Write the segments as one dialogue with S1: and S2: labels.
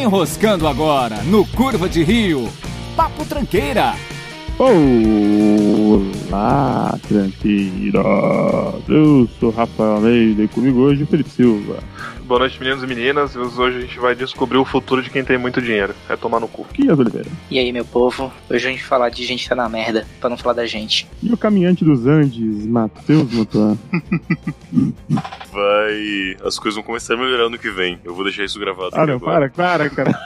S1: Enroscando agora no Curva de Rio. Papo Tranqueira.
S2: Olá, tranqueira! Eu sou Rafael Leida e comigo hoje Felipe Silva.
S3: Boa noite, meninos e meninas. Hoje a gente vai descobrir o futuro de quem tem muito dinheiro. É tomar no cu.
S2: Quias Oliveira.
S4: E aí, meu povo? Hoje a gente falar de gente que tá na merda, pra não falar da gente.
S2: E o caminhante dos Andes, Matheus Mutuan.
S5: Vai. As coisas vão começar a melhorar ano que vem. Eu vou deixar isso gravado.
S2: Ah,
S5: aqui
S2: não,
S5: agora.
S2: para, para, cara.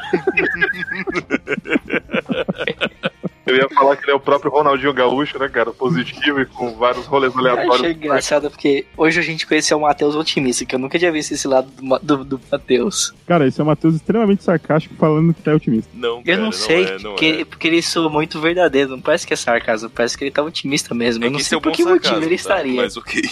S3: Eu ia falar que ele é o próprio Ronaldinho Gaúcho, né, cara? Positivo e com vários rolês
S4: Eu achei
S3: aleatórios.
S4: engraçado porque hoje a gente conheceu o Matheus otimista, que eu nunca tinha visto esse lado do, Ma- do, do Matheus.
S2: Cara, esse é o Matheus extremamente sarcástico falando que tá otimista.
S5: Não,
S4: Eu
S5: cara,
S4: não sei,
S5: é, não
S4: porque,
S5: é.
S4: porque ele soa muito verdadeiro, não parece que é sarcasmo, parece que ele tá otimista mesmo.
S5: É
S4: eu não
S5: que esse
S4: sei
S5: é o
S4: por
S5: bom
S4: que motivo
S5: sarcasmo,
S4: ele
S5: tá?
S4: estaria.
S5: Mas ok.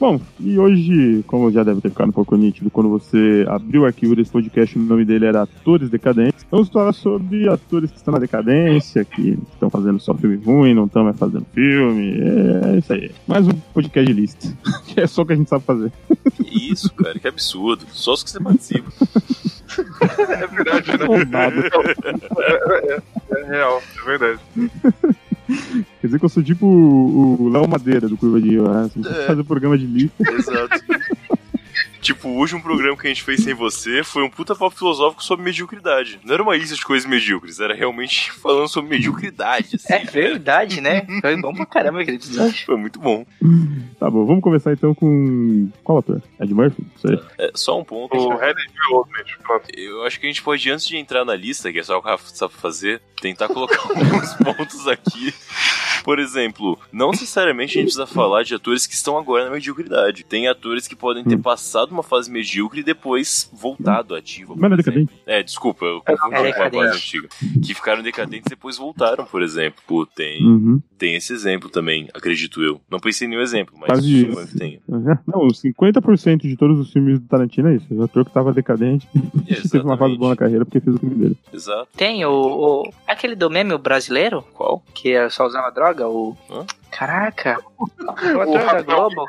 S2: Bom, e hoje, como já deve ter ficado um pouco nítido, quando você abriu o arquivo desse podcast, o nome dele era Atores Decadentes. Então, Vamos falar sobre atores que estão na decadência, que estão fazendo só filme ruim, não estão mais fazendo filme. É isso aí. Mais um podcast de lista. que é só o que a gente sabe fazer.
S5: Que é isso, cara, que absurdo. Só os que você participa.
S3: É verdade, né?
S2: Ou Um nada.
S3: É real, é verdade.
S2: Quer dizer que eu sou tipo o o Léo Madeira do Curva de Rio, né? Assim,
S5: É.
S2: Fazer programa de lista.
S5: Exato. Tipo, hoje um programa que a gente fez sem você foi um puta papo filosófico sobre mediocridade. Não era uma lista de coisas medíocres, era realmente falando sobre mediocridade. assim.
S4: É verdade, né? Foi bom pra caramba aquele episódio.
S5: Foi muito bom.
S2: Tá bom, vamos começar então com. Qual ator? Ed Murphy? Isso aí.
S5: É, só um ponto.
S3: O Red Development, pronto.
S5: Eu acho que a gente pode, antes de entrar na lista, que é só o que o Rafa sabe fazer, tentar colocar alguns pontos aqui. Por exemplo, não necessariamente a gente precisa falar de atores que estão agora na mediocridade. Tem atores que podem ter passado uma fase medíocre e depois voltado ativo.
S2: Mas não é decadente?
S5: É, desculpa, eu confundi
S4: É
S5: com uma
S4: decadente.
S5: fase antiga. Que ficaram decadentes e depois voltaram, por exemplo. Pô, tem,
S2: Uhum.
S5: tem esse exemplo também, acredito eu. Não pensei em nenhum exemplo, mas
S2: Quase isso.
S5: suponho que tem.
S2: Uhum. Não, os 50% de todos os filmes do Tarantino é isso. O ator que tava decadente teve uma fase boa na carreira porque fez o filme dele.
S5: Exato.
S4: Tem o, o- Aquele do meme o brasileiro,
S5: Qual?
S4: que é só usava droga, o.
S5: Hã?
S4: Caraca! O ator da
S3: Rafael.
S4: Globo?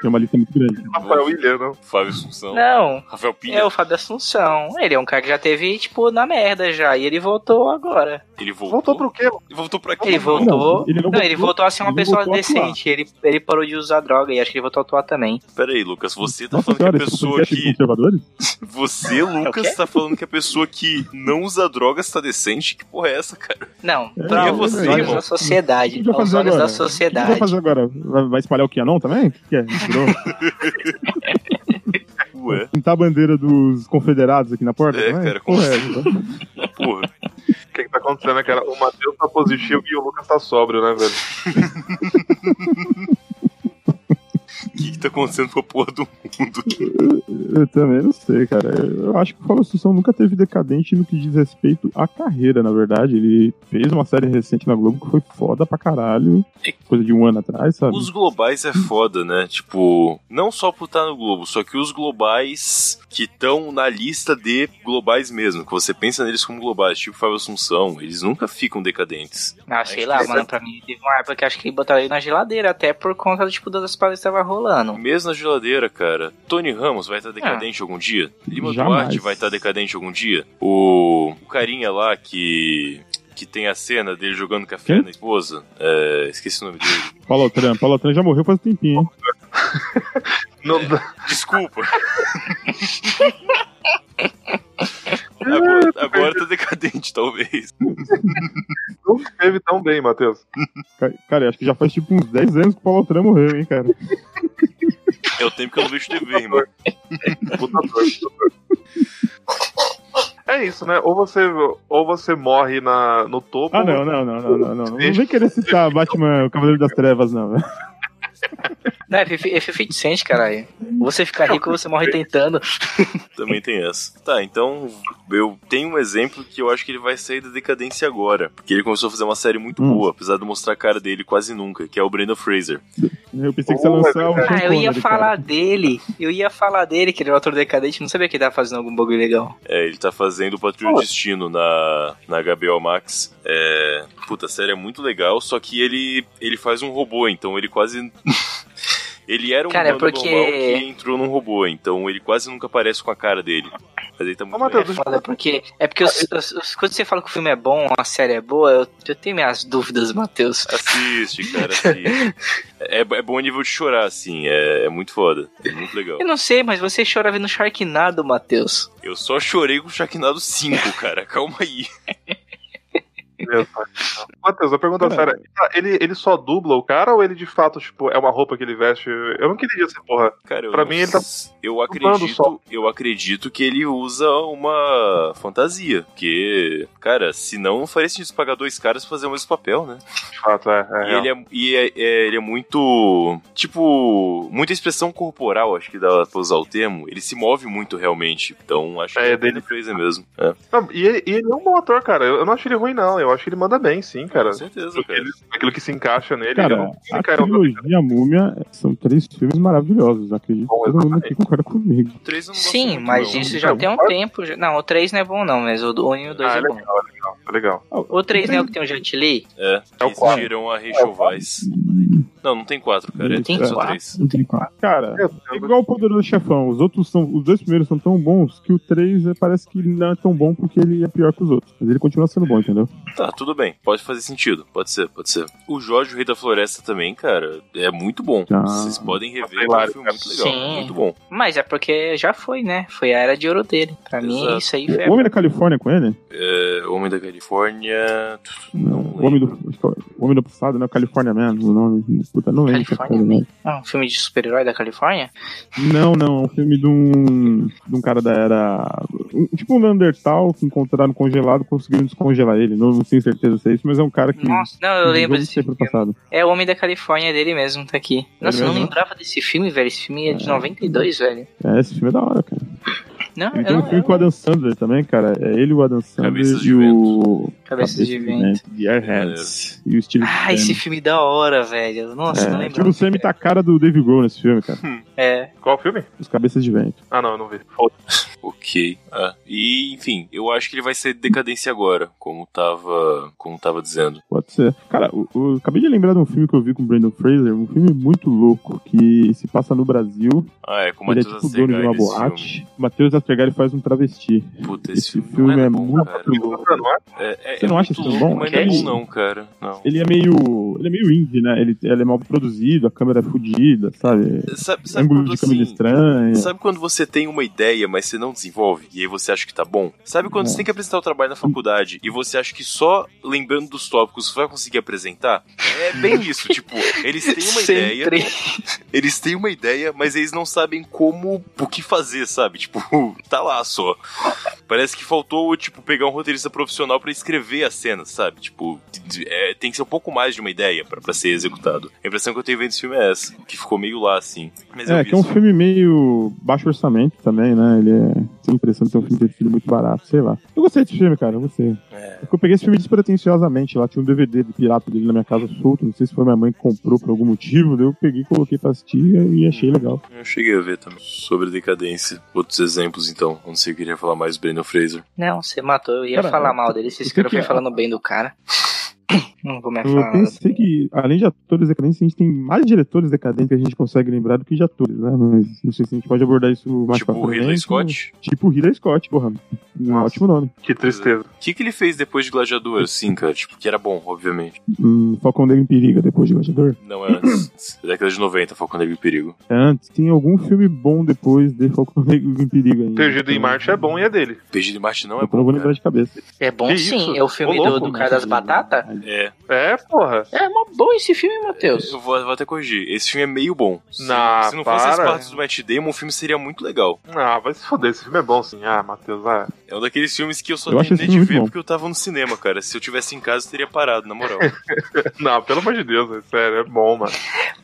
S2: Tem uma lista muito grande.
S3: Rafael né? Ilha, não.
S5: Fábio Assunção.
S4: Não,
S5: Rafael Pinha.
S4: É o Fábio Assunção. Ele é um cara que já teve, tipo, na merda já. E ele voltou agora.
S5: Ele
S3: Voltou pro quê?
S5: Ele voltou pra quê?
S4: Ele voltou.
S2: ele não
S4: Não, ele voltou a ser uma
S2: ele
S4: pessoa
S2: voltou a atuar.
S4: decente. Ele, ele parou de usar droga e acho que ele voltou a atuar também.
S5: Pera aí, Lucas, você tá
S2: Nossa
S5: falando que
S2: senhora,
S5: a
S2: esse
S5: pessoa
S2: podcast é de
S5: que.
S2: conservadores?
S4: É
S5: Você, Lucas, tá falando que a pessoa que não usa drogas tá decente? Que porra é essa, cara?
S4: Não,
S2: É,
S4: pra
S5: e
S4: aos
S5: você,
S4: olhos
S5: irmão?
S4: da sociedade.
S2: O que vai
S4: Aos
S2: fazer
S4: olhos
S2: agora?
S4: da
S2: O que vai
S4: sociedade.
S2: fazer agora? Vai vai espalhar o Kianon também? O que, que é? Virou?
S5: Ué,
S2: Pintar a bandeira dos confederados aqui na porta?
S5: É,
S2: também?
S5: cara, com
S2: Porra,
S5: porra.
S3: O que que tá acontecendo, né, cara? O Matheus tá positivo e o Lucas tá sóbrio, né, velho?
S5: O que, que tá acontecendo com a porra do mundo?
S2: Eu também não sei, cara. Eu acho que o Fábio Assunção nunca teve decadente no que diz respeito à carreira, na verdade. Ele fez uma série recente na Globo que foi foda pra caralho. Coisa de um ano atrás, sabe?
S5: Os globais é foda, né? Tipo, não só por estar no Globo, só que os globais que estão na lista de globais mesmo, que você pensa neles como globais, tipo Fábio Assunção, eles nunca ficam decadentes.
S4: Ah, sei lá,
S2: é
S4: mano. Pra mim, teve uma época que acho que ele botaram ele na geladeira. Até por conta, tipo, das palestras que tava rolando.
S5: Mesmo na geladeira, cara. Tony Ramos vai estar decadente algum dia? Lima
S2: É. Jamais.
S5: Duarte vai estar decadente algum dia? O, o carinha lá que que tem a cena dele jogando café
S2: Quem?
S5: na esposa. É, esqueci o nome dele.
S2: Paulo Altran. Paulo Altran já morreu faz um tempinho, hein?
S3: Não,
S5: Desculpa. agora, agora tá decadente, talvez.
S3: não teve tão bem, Matheus.
S2: Ca- Cara, eu acho que já faz tipo uns 10 anos que o Paulo Altran morreu, hein, cara.
S5: É o tempo que eu não vejo TV, irmão.
S3: Puta dor, puta dor. É isso, né? Ou você, ou você morre na, no topo.
S2: Ah, não, não, não, não, não. Não, não vem querer citar Batman, o Cavaleiro das Trevas, não, né? velho.
S4: Não, é fifi- é fifi decente, caralho. Você fica rico, você morre tentando.
S5: Também tem essa. Tá, então eu tenho um exemplo que eu acho que ele vai sair da decadência agora. Porque ele começou a fazer uma série muito
S2: Hum.
S5: boa, apesar de mostrar a cara dele quase nunca, que é o Brandon Fraser.
S2: Eu pensei que você ia
S3: Porra,
S2: lançar o. Sean
S4: Ah, eu ia
S2: Connery, cara.
S4: falar dele. Eu ia falar dele, que ele é um ator decadente. Não sabia que ele tava fazendo algum bagulho legal.
S5: É, ele tá fazendo o Patrulha do Destino na, na HBO Max. É, puta, a série é muito legal, só que ele, ele faz um robô, então ele quase. Ele era um
S4: Cara, é
S5: humano
S4: porque-
S5: normal que entrou num robô, então ele quase nunca aparece com a cara dele. Mas ele tá muito
S3: Ô, Matheus,
S5: bem.
S3: deixa
S4: Foda, porque é porque os, os- os- quando você fala que o filme é bom, a série é boa, eu, eu tenho minhas dúvidas, Matheus.
S5: Assiste, cara, assiste. É, é bom nível de chorar, assim. É, é muito foda. É muito legal.
S4: Eu não sei, mas você chora vendo Sharknado, Matheus.
S5: Eu só chorei com o Sharknado 5, cara. Calma aí.
S3: Matheus, eu pergunto sério. é, Ele, ele só dubla o cara ou ele de fato, tipo, é uma roupa que ele veste? Eu não queria essa porra.
S5: Cara, eu
S3: Pra
S5: não
S3: mim, ele tá
S5: s- eu
S3: dublando
S5: acredito,
S3: só.
S5: eu acredito que ele usa uma fantasia, porque cara, se não faria sentido pagar dois caras pra fazer o mesmo papel, né?
S3: De fato, é. é
S5: E
S3: real.
S5: ele é, e é- é- ele é muito. Tipo. Muita expressão corporal, acho que dá pra usar o termo. Ele se move muito realmente. Então acho
S3: É,
S5: que
S3: dele-
S5: fez mesmo. É,
S3: Não, e, ele, e ele é um bom ator, cara. Eu eu não acho ele ruim, não. Eu acho que ele manda bem, sim, cara.
S5: com certeza, cara.
S3: Ele- aquilo que se encaixa nele. ele
S2: Cara,
S3: não- ele
S2: a
S3: caiu no-
S2: trilogia Múmia são três filmes maravilhosos, acredito. que
S3: Bom,
S2: Todo mundo aqui concorda comigo.
S5: O três eu não gosto
S4: Sim,
S5: muito,
S4: mas
S5: não.
S4: isso já tem um
S3: Não,
S4: tempo. já- Não, o 3 não é bom, não, mas o 1 e o 2
S3: Ah,
S4: é
S3: é
S4: bom.
S3: legal, é legal, é legal.
S4: O 3 não é o que tem o Jet Li?
S5: É,
S3: É o
S5: eles
S3: quatro.
S5: tiram a Rechovais. Não, não tem quatro, cara. É
S2: Tem
S5: só
S4: quatro?
S5: três.
S2: Não tem quatro. Cara,
S3: Eu-
S2: é
S3: eu-
S2: igual o Poderoso Chefão. Os outros são, os dois primeiros são tão bons que o três é, parece que não é tão bom porque ele é pior que os outros. Mas ele continua sendo bom, entendeu?
S5: Tá, tudo bem. Pode fazer sentido. Pode ser, pode ser. O Jorge, o Rei da Floresta também, cara, é muito bom.
S2: Ah.
S5: Vocês podem rever,
S3: Sei
S5: é
S3: lá,
S5: um filme muito legal.
S4: Sim.
S5: Muito bom.
S4: Mas é porque já foi, né? Foi a era de ouro dele. Pra mim,
S5: Exato.
S4: isso aí foi.
S2: O Homem da Califórnia com ele?
S5: É, Homem da Califórnia. Não
S2: o Homem do, acho que é o Homem do Passado, né? O California mesmo, o nome. né? Puta, não lembro. é
S4: California Man? Ah, um filme de super-herói da Califórnia?
S2: Não, não, é um filme de um, de um cara da era. um- tipo um Neandertal que encontraram congelado, conseguiram descongelar ele. Não, não tenho certeza se é isso, mas é um cara que.
S4: Nossa, não, eu lembro
S2: do
S4: desse
S2: sempre
S4: filme.
S2: passado.
S4: É o Homem da Califórnia dele mesmo, tá aqui. Nossa, eu não
S2: mesmo?
S4: lembrava desse filme, velho. Esse filme é de 92, velho.
S2: É, esse filme é da hora, cara.
S4: Não,
S2: Ele tem
S4: Então eu
S2: um
S4: não
S2: filme com o Adam Sandler também, cara. É ele, o Adam Sandler
S5: Cabeças de
S2: e o.
S4: Cabeças de Vento.
S2: né, The
S5: É,
S2: Airheads. E o estilo.
S4: Ah, esse filme da hora, velho. Nossa, não
S2: é,
S4: lembro.
S2: tipo, o Sam tá a cara do Dave Grohl nesse filme, cara.
S4: É.
S3: Qual filme?
S2: Os Cabeças de Vento.
S3: Ah, não, eu não vi. Foda-se.
S5: Ok. Ah, e, enfim, eu acho que ele vai sair de decadência agora, como tava, como tava dizendo.
S2: Pode ser. Cara, eu, eu acabei de lembrar de um filme que eu vi com o Brandon Fraser, um filme muito louco, que se passa no Brasil.
S5: Ah, é com o
S2: ele é
S5: Matheus
S2: tipo o dono de uma
S5: Assegai nesse
S2: boate. O Matheus Asperger faz um travesti.
S5: filme. Puta, esse,
S2: Esse
S5: filme,
S2: filme
S5: não
S2: é
S5: é bom,
S2: muito
S5: cara.
S2: louco.
S3: Não é?
S5: É, é,
S2: Você
S5: é
S2: não acha
S5: muito
S2: esse filme
S5: louco,
S2: bom?
S5: Mas não é
S2: Ele-
S5: bom não, cara. Não.
S2: Ele é meio. Ele é meio indie, né? Ele, ele é mal produzido, a câmera é fodida, sabe?
S5: Sabe, sabe
S2: Ângulo
S5: quando
S2: de câmera
S5: assim...
S2: estranha.
S5: Sabe quando você tem uma ideia, mas você não desenvolve? E aí você acha que tá bom? Sabe quando
S2: É.
S5: você tem que apresentar o trabalho na faculdade e você acha que só lembrando dos tópicos você vai conseguir apresentar? É bem isso, tipo, eles têm uma ideia,
S4: Sempre.
S5: eles têm uma ideia, mas eles não sabem como, o que fazer, sabe? Tipo, tá lá só. Parece que faltou, tipo, pegar um roteirista profissional pra escrever a cena, sabe? Tipo, é, tem que ser um pouco mais de uma ideia pra pra ser executado. A impressão que eu tenho vendo esse filme é essa, que ficou meio lá, assim. Mas eu
S2: É,
S5: vi
S2: que é um
S5: isso.
S2: filme meio baixo orçamento também, né? Ele é. Tem a impressão de ser um filme ter sido muito barato, sei lá. Eu gostei desse filme, cara, eu gostei.
S5: É.
S2: Porque eu peguei esse filme despretensiosamente lá, tinha um DVD do pirata dele na minha casa solto, não sei se foi minha mãe que comprou por algum motivo, daí eu peguei, coloquei pra assistir e achei legal.
S5: Eu cheguei a ver também. Sobre decadência. Outros exemplos, então. Onde você queria falar mais do Brandon Fraser.
S4: Não, você matou. Eu ia
S2: Cara,
S4: falar mal dele.
S2: o
S4: Vocês
S2: que
S4: ficaram
S2: que é?
S4: foi falando bem do cara. Não
S5: É
S4: vou me
S2: Eu
S4: falar nada.
S2: pensei
S5: né?
S2: que, além de atores decadentes, a gente tem mais diretores decadentes que a gente consegue lembrar do que de atores, né? Mas não sei se a gente pode abordar isso mais
S5: tipo
S2: pra
S5: o
S2: frente.
S5: Ridley Scott.
S2: Tipo Ridley Scott, porra. Um
S3: Nossa.
S2: ótimo nome.
S3: Que tristeza.
S5: O que, que ele fez depois de Gladiador, assim, cara? Tipo, que era bom, obviamente.
S2: Hum, Falcão Negro em Periga, depois de Gladiador.
S5: Não é antes. década de 90, Falcão Negro e Perigo.
S2: Antes, tem algum filme bom depois de Falcão Negro em Periga ainda.
S3: Perdido em
S2: Então,
S3: Marte é bom e é dele.
S5: Perdido em Marte não
S2: Eu
S5: é
S2: não
S5: bom,
S2: vou
S5: cara.
S2: lembrar de cabeça.
S4: É bom
S3: Que
S4: sim.
S3: isso?
S4: É o filme
S3: Ô,
S4: do,
S3: louco,
S4: do cara das batatas?
S5: É.
S3: É, porra.
S4: É mó bom esse filme, Matheus.
S5: Eu vou, vou até corrigir. Esse filme é meio bom. Se,
S3: Nah,
S5: se não fosse as
S3: para.
S5: partes do Matt Damon, o filme seria muito legal.
S3: Ah, vai se foder, esse filme é bom sim. Ah, Matheus, ah.
S5: É um daqueles filmes que eu só
S2: Eu acho
S5: terminei
S2: esse
S5: de
S2: filme
S5: ver
S2: muito bom.
S5: porque eu tava no cinema, cara. Se eu tivesse em casa, eu teria parado, na moral.
S3: Não, pelo amor de Deus, é sério, é bom, mano.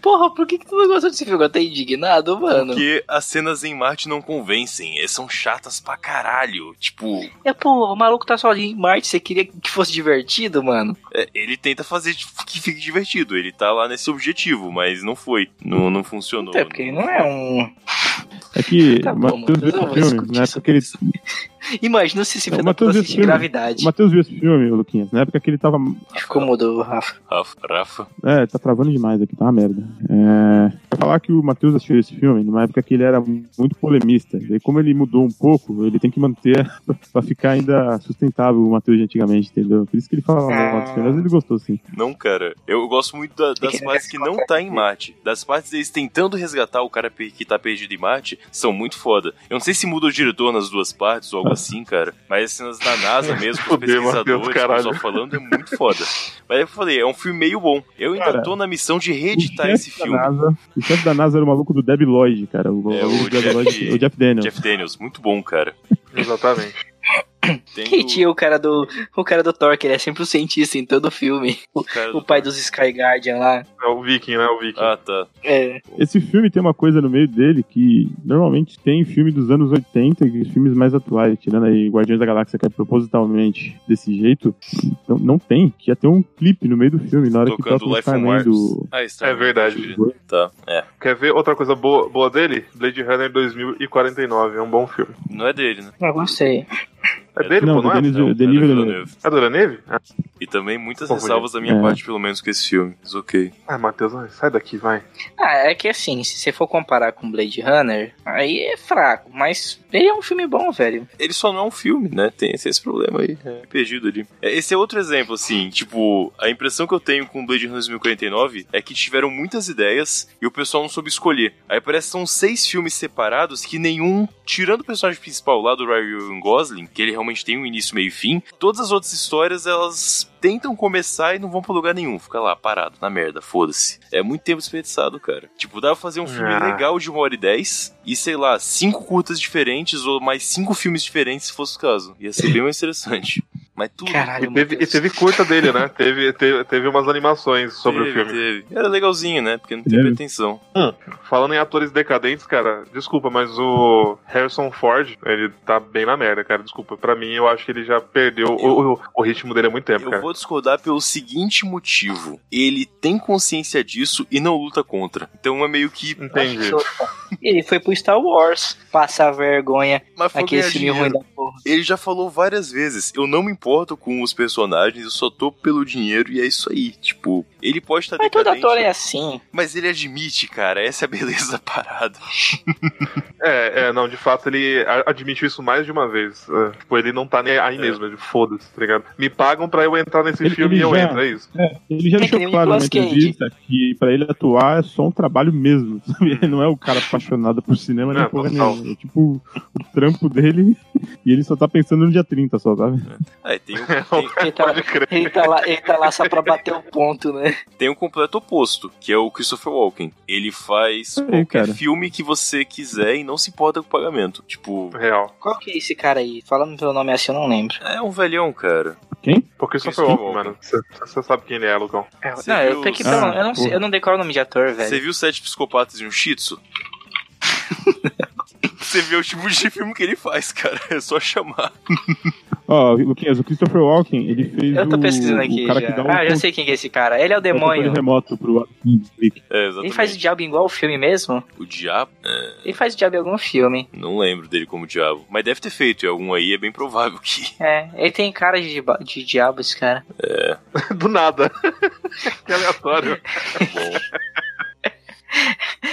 S4: Porra, por que, que tu não gostou desse filme? Eu tô indignado, mano.
S5: Porque as cenas em Marte não convencem. eh, São chatas pra caralho. Tipo,
S4: É, pô, o maluco tá sozinho em Marte. Você queria que fosse divertido, mano?
S5: É, ele tenta fazer tipo, que fique divertido. Ele tá lá nesse objetivo, mas não foi. Não, não funcionou.
S4: É, porque ele não é um.
S2: É que
S4: Tá bom,
S2: Matheus
S4: mano, eu
S2: viu
S4: não
S2: esse
S4: vou
S2: filme,
S4: discutir
S2: na época
S4: sobre
S2: que ele.
S4: isso. Imagina se esse filho
S2: Não,
S4: da
S2: Matheus
S4: puta
S2: viu
S4: assistir
S2: filme.
S4: gravidade.
S2: O Matheus viu esse filme, ô Luquinhas, na época que ele tava.
S4: Ficou mudo, Rafa.
S5: Rafa, Rafa.
S2: É, tá travando demais aqui, tá uma merda. É. Pra falar que o Matheus assistiu esse filme, numa época que ele era muito polemista. E aí, como ele mudou um pouco, ele tem que manter pra ficar ainda sustentável o Matheus de antigamente, entendeu? Por isso que ele fala mal
S4: Ah.
S2: dos filmes, mas ele gostou sim.
S5: Não, cara. Eu gosto muito da- das partes que não tá em mate. Das partes deles tentando resgatar o cara pe- que tá perdido em mate são muito foda. Eu não sei se muda o diretor nas duas partes ou algo assim, cara. Mas as cenas da NASA mesmo, com os
S3: Fudeu, Matheus,
S5: pesquisadores, o
S3: caralho.
S5: pessoal falando, é muito foda. Mas eu falei, é um filme meio bom. Eu ainda
S2: Cara,
S5: tô na missão de
S2: O
S5: reeditar
S2: chefe
S5: esse
S2: da
S5: filme.
S2: NASA- o chefe da NASA era o maluco do Deb Lloyd, cara. O,
S5: É,
S2: maluco
S5: o
S2: do Deb
S5: Jeff-
S2: Lloyd, o Jeff Daniels.
S5: Jeff Daniels, muito bom, cara.
S3: Exatamente.
S5: Tem
S4: Que tinha o cara do. O cara do Thor, que ele é sempre o cientista em todo filme.
S5: o cara
S4: O
S5: do-
S4: pai dos Sky Guardian lá.
S3: É o Viking, né? O Viking.
S5: Ah, tá.
S4: É.
S2: Esse filme tem uma coisa no meio dele que normalmente tem filme dos anos 80 e os filmes mais atuais, tirando aí Guardiões da Galáxia, que é propositalmente desse jeito. Não, não tem, que ia ter um clipe no meio do filme, na hora que
S5: Tocando
S2: toca o
S5: Life on
S2: Starman
S5: Mars.
S2: do.
S5: Ah,
S3: É
S5: Starman,
S3: verdade.
S5: Tá, é.
S3: Quer ver outra coisa boa, boa dele? Blade Runner 2049. É um bom filme.
S5: Não é dele, né?
S4: Eu
S3: É
S4: gostei.
S5: É
S3: dele,
S2: Não,
S3: pô, não
S2: do
S3: é?
S2: Denis
S5: Não, é do
S2: Denis Villeneuve.
S5: Villeneuve.
S3: É do Neve?
S5: E também muitas
S3: Confundi.
S5: ressalvas da minha
S2: É.
S5: parte, pelo menos, com esse filme. Mas ok.
S3: Ah, Matheus, vai, sai daqui, vai.
S4: Ah, é que assim, se você for comparar com Blade Runner, aí é fraco. Mas ele é um filme bom, velho.
S5: Ele só não é um filme, né? Tem esse, esse problema aí. É. Perdido ali. É, Esse é outro exemplo, assim. Tipo, a impressão que eu tenho com Blade Runner 2049 é que tiveram muitas ideias e o pessoal não soube escolher. Aí parece que são seis filmes separados que nenhum, tirando o personagem principal lá do Ryan Gosling, que ele realmente tem um início, meio e fim, todas as outras histórias elas tentam começar e não vão pra lugar nenhum. Fica lá, parado, na merda, foda-se. É muito tempo desperdiçado, cara. Tipo, dá pra fazer um filme
S3: Ah.
S5: legal de uma hora e dez e, sei lá, cinco curtas diferentes ou mais cinco filmes diferentes, se fosse o caso. Ia ser bem mais interessante. Mas tudo.
S4: Caralho,
S3: E teve, e
S4: Matheus.
S3: teve curta dele, né? teve, teve, teve umas animações sobre o
S5: teve,
S3: filme.
S5: teve. Era legalzinho, né? Porque não teve
S2: Teve.
S5: atenção.
S3: Falando em atores decadentes, cara, desculpa, mas o Harrison Ford, ele tá bem na merda, cara. Desculpa. Pra mim, eu acho que ele já perdeu o, o- o ritmo dele há muito tempo,
S5: Eu
S3: cara.
S5: vou discordar pelo seguinte motivo. Ele tem consciência disso e não luta contra. Então é meio que.
S3: Entendi.
S4: Ele foi pro Star Wars passar vergonha.
S5: Mas foi
S4: Aquele
S5: ganhar
S4: É filme ruim
S5: dinheiro.
S4: da porra.
S5: Ele já falou várias vezes, eu não me importo com os personagens, eu só tô pelo dinheiro e é isso aí. Tipo, ele pode estar
S4: Mas todo
S5: decadente,
S4: ator é assim.
S5: mas ele admite, cara, essa é a beleza da parada.
S3: É, é, não, de fato ele a- admitiu isso mais de uma vez. É, tipo, ele não tá nem aí mesmo, ele foda-se, tá ligado? Me pagam pra eu entrar nesse
S2: Ele-
S3: filme
S2: ele
S3: e eu
S2: já-
S3: entro, é isso.
S2: Ele já
S4: É que
S2: deixou
S4: nem o
S2: claro na
S4: Nicolas Cage.
S2: entrevista que pra ele atuar é só um trabalho mesmo, sabe?
S5: Uhum.
S2: Ele não é o cara apaixonado por cinema nem
S5: Ah,
S3: É,
S2: porra
S3: total.
S2: nenhuma. É tipo o trampo dele e ele só tá pensando no dia 30 só, tá? sabe?
S5: Aí Ah, tem o, tem,
S4: Ele tá,
S3: Pode crer.
S4: ele tá lá, ele tá lá só pra bater o ponto, né?
S5: tem o completo oposto, que é o Christopher Walken. Ele faz
S2: Aí,
S5: qualquer
S2: É, cara.
S5: filme que você quiser e não se importa com o pagamento. Tipo,
S3: Real.
S4: Qual que é esse cara aí? Falando pelo nome assim, eu não lembro.
S5: é um velhão, cara.
S3: Porque só foi
S5: Christopher
S3: óbvio,
S5: Walken.
S3: mano. Você sabe quem ele é, Lucão.
S5: Você
S4: não,
S5: viu
S4: eu, peguei
S5: os-
S4: pelo-
S2: Ah,
S4: eu, não, sei-
S2: porra.
S4: eu não decoro o nome de ator,
S5: Você
S4: velho.
S5: viu Sete Psicopatas e um Shih Tzu? Você vê o tipo de filme que ele faz, cara. É só chamar.
S2: Ó, Luquinhas, o Christopher Walken, ele fez
S4: Eu tô
S2: o-
S4: pesquisando
S2: o,
S4: aqui
S2: cara
S4: já.
S2: que dá um
S4: ah, já sei quem que é esse cara. Ele é o
S2: controle
S4: demônio.
S2: remoto pro Atkins Click.
S5: É,
S4: Ele
S5: exatamente.
S4: faz o diabo igual o filme mesmo?
S5: O diabo?
S4: Ele faz o diabo em algum filme.
S5: Não lembro dele como diabo. Mas deve ter feito, e algum aí é bem provável que.
S4: É, ele tem cara de, diba- de diabo, esse cara.
S3: Do nada. que aleatório.
S5: Tá Bom.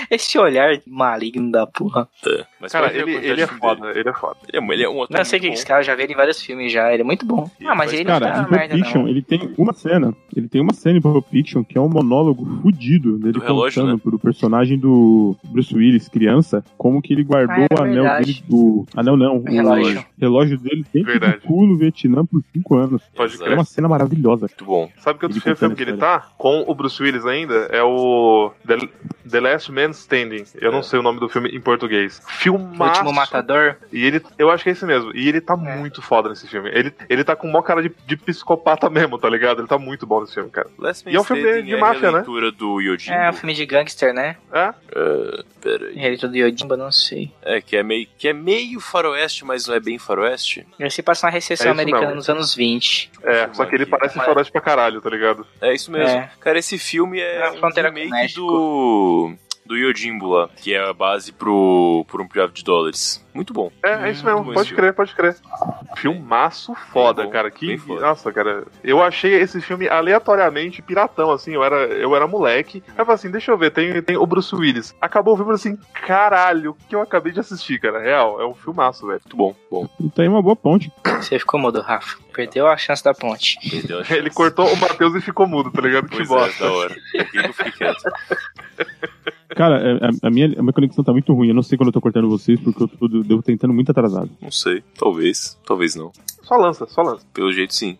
S4: Esse olhar maligno da porra.
S5: É. Mas
S3: Cara,
S5: pode ver a
S3: ele,
S5: quantidade
S3: ele é
S5: de filme
S3: foda,
S5: dele.
S3: ele é foda.
S5: Ele é, ele é um ator
S4: Não sei
S5: muito
S4: quem é
S5: bom.
S4: esse cara, eu já vi ele em vários filmes já. Ele é muito bom.
S5: Ele
S4: Ah, mas
S5: faz
S4: ele não
S2: Cara,
S4: tá
S2: em
S4: na
S2: Pulp
S4: merda,
S2: Fiction,
S4: não.
S2: ele tem uma cena, ele tem uma cena em Pulp Fiction que é um monólogo fudido dele
S5: Do relógio, né?
S2: contando pro personagem do Bruce Willis, criança, como que ele guardou
S4: Ah, é
S2: o anel
S4: verdade.
S2: dele do... Anel não,
S4: é
S2: o
S4: Relógio.
S2: relógio dele dentro
S3: Verdade.
S2: do cu no Vietnã por 5 anos.
S5: Pode
S2: É
S5: crer.
S2: uma cena maravilhosa.
S5: Muito bom.
S3: Sabe que outro
S2: Ele
S3: filme que
S2: contando
S3: ele tá? Com o Bruce Willis ainda? É o The, The Last Man Standing. Eu
S5: É.
S3: não sei o nome do filme em português.
S4: O último
S3: Filmaço.
S4: matador.
S3: E ele, eu acho que é esse mesmo. E ele tá
S4: É.
S3: muito foda nesse filme. Ele, ele tá com mó cara de, de psicopata mesmo, tá ligado? Ele tá muito bom nesse filme, cara.
S5: Last Man
S3: E é um filme
S5: Standing
S3: de máfia,
S5: a
S3: né?
S5: leitura do Yojimbo.
S4: É, um filme de gangster, né?
S3: É?
S5: Pera aí.
S4: Ele é do Yodimba, não sei.
S5: É, que é, meio, que é meio faroeste, mas não é bem faroeste.
S4: Ele se passa na recessão
S3: É isso
S4: americana
S3: mesmo.
S4: nos anos 20.
S3: É, só que ele parece
S4: Mas-
S3: faroeste pra caralho, tá ligado?
S5: É isso mesmo.
S4: É.
S5: Cara, esse filme é
S4: Na
S5: um
S4: fronteira com o
S5: remake
S4: México.
S5: do... do Yojimbo lá, que é a base pro, pro um pilhado de dólares. Muito bom.
S3: É, é isso mesmo,
S5: bom
S3: pode
S5: esse
S3: crer, pode crer. Filmaço foda,
S5: Bem bom,
S3: cara. Que,
S5: bem foda.
S3: Nossa, cara, eu achei esse filme aleatoriamente piratão, assim. Eu era, eu era moleque.
S5: Hum.
S3: Aí eu falei assim: deixa eu ver, tem, tem o Bruce Willis. Acabou o filme eu falei assim: caralho, o que eu acabei de assistir, cara? Real, é um filmaço, velho.
S5: Muito bom, bom.
S2: E tá aí uma boa ponte.
S4: Você ficou mudo, Rafa. Perdeu a chance da ponte.
S5: Perdeu a chance.
S3: Ele cortou o Matheus e ficou mudo, tá ligado? que
S5: Pois é,
S3: bosta.
S5: da hora. Por que que eu fiquei quieto?
S2: Cara, é- a, a minha, a minha conexão tá muito ruim. Eu não sei quando eu tô cortando vocês, porque eu tô, devo tentando muito atrasado.
S5: Não sei. Talvez. Talvez não.
S3: Só lança, só lança.
S5: Pelo jeito, sim.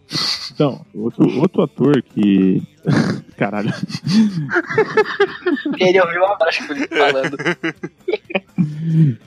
S2: Então, outro, outro ator que. Caralho.
S4: Ele ouviu a voz que eu tô falando.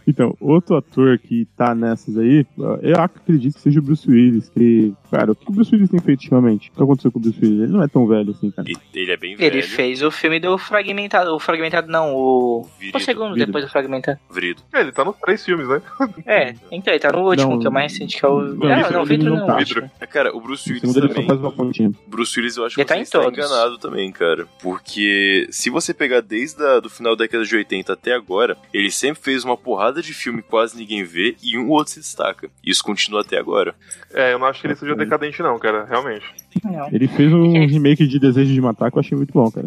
S2: Então, outro ator que tá nessas aí, eu acredito que seja o Bruce Willis, que. Cara, o que o Bruce Willis tem feito ultimamente? O que aconteceu com o Bruce Willis? Ele não é tão velho assim, cara.
S5: E ele é bem velho.
S4: Ele fez o filme do Fragmentado. O Fragmentado não, o.
S5: Virido.
S4: O segundo
S2: Virido.
S4: depois do Fragmentado.
S5: Virido.
S3: Ele tá nos três filmes, né?
S4: É, então ele tá no último,
S2: Não,
S4: que é o mais recente, que é o.
S2: não,
S4: ah,
S2: Vitro,
S4: não, o
S2: ele
S4: Vitro
S2: não
S4: não.
S2: tá.
S4: acho.
S5: É, Cara, o Bruce
S2: O
S5: Willis
S2: segundo ele só
S5: também.
S2: faz uma pontinha.
S5: Bruce Willis, eu acho que
S4: Ele tá
S5: você
S4: em
S5: está
S4: todos.
S5: enganado também, cara. Porque se você pegar desde a, do final da década de 80 até agora, ele sempre fez uma porrada de filme que quase ninguém vê e um ou outro se destaca. Isso continua até agora.
S3: É, eu não acho que ele
S5: Uhum.
S3: seja decadente, não, cara, realmente.
S4: Não.
S2: Ele fez um remake de Desejo de Matar que eu achei muito bom, cara.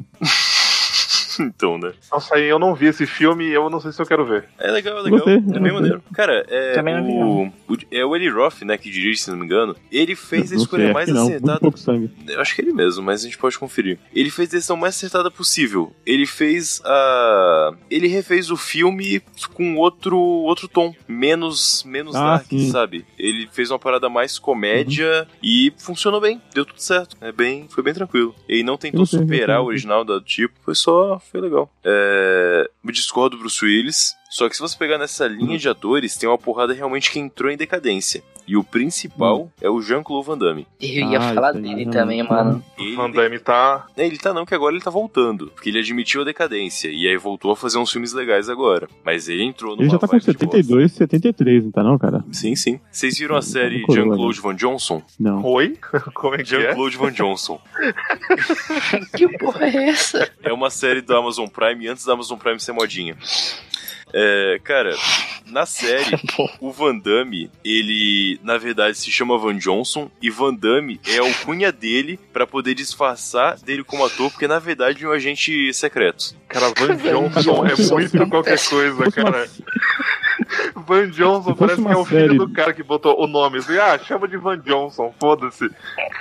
S5: então, né?
S3: Nossa, aí eu não vi esse filme e eu não sei se eu quero ver.
S5: É legal, é legal.
S2: Gostei,
S5: é bem
S2: gostei.
S5: maneiro. Cara, é
S4: Também não
S5: o, o- é o Eli Roth, né, que dirige, se não me engano. Ele
S2: Não
S5: fez a
S2: sei,
S5: escolha
S2: acho
S5: mais assim, tá?
S2: que não, Muito
S5: acertada
S2: pouco sangue.
S5: Eu acho que é ele mesmo, mas a gente pode conferir. Ele fez a decisão mais acertada possível. Ele fez a. Ele refez o filme com outro outro tom. Menos, menos
S2: Ah,
S5: dark,
S2: sim. Uhum.
S5: sabe? Ele fez uma parada mais comédia e funcionou bem. Deu tudo certo. É bem, foi bem tranquilo. Ele não tentou
S2: Eu sei, eu
S5: superar
S2: sei.
S5: o original do tipo. Foi só. Foi legal. É, me discordo do Bruce Willis. Só que se você pegar nessa linha de atores, tem uma porrada realmente que entrou em decadência. E o principal
S2: Hum.
S5: é o Jean-Claude Van Damme.
S4: Eu ia
S2: Ah,
S4: falar
S2: isso aí,
S4: dele
S2: não,
S4: também,
S2: não.
S4: mano.
S5: Ele
S3: Van Damme tá.
S5: é, ele tá não, que agora ele tá voltando. Porque ele admitiu a decadência. E aí voltou a fazer uns filmes legais agora. Mas ele entrou numa
S2: Ele já tá com
S5: vibe de
S2: 72, 73, não tá não, cara?
S5: bosta. Sim, sim. Vocês viram a série
S2: Coroa,
S5: Jean-Claude Van Johnson?
S2: Não.
S3: Oi? Como é que é?
S5: Jean-Claude Van Johnson.
S4: Que porra é essa?
S5: É uma série do Amazon Prime antes da Amazon Prime ser modinha. É, cara, na série, o Van Damme, ele, na verdade, se chama Van Johnson, e Van Damme é o cunha dele pra poder disfarçar dele como ator, porque na verdade é um agente secreto.
S3: Cara, Van Johnson é muito qualquer coisa,
S2: Se fosse uma-
S3: cara. Van
S2: Se
S3: Johnson
S2: fosse
S3: parece que
S2: uma
S3: é o filho
S2: série-
S3: do cara que botou o nome. Assim, ah, chama de Van Johnson, foda-se.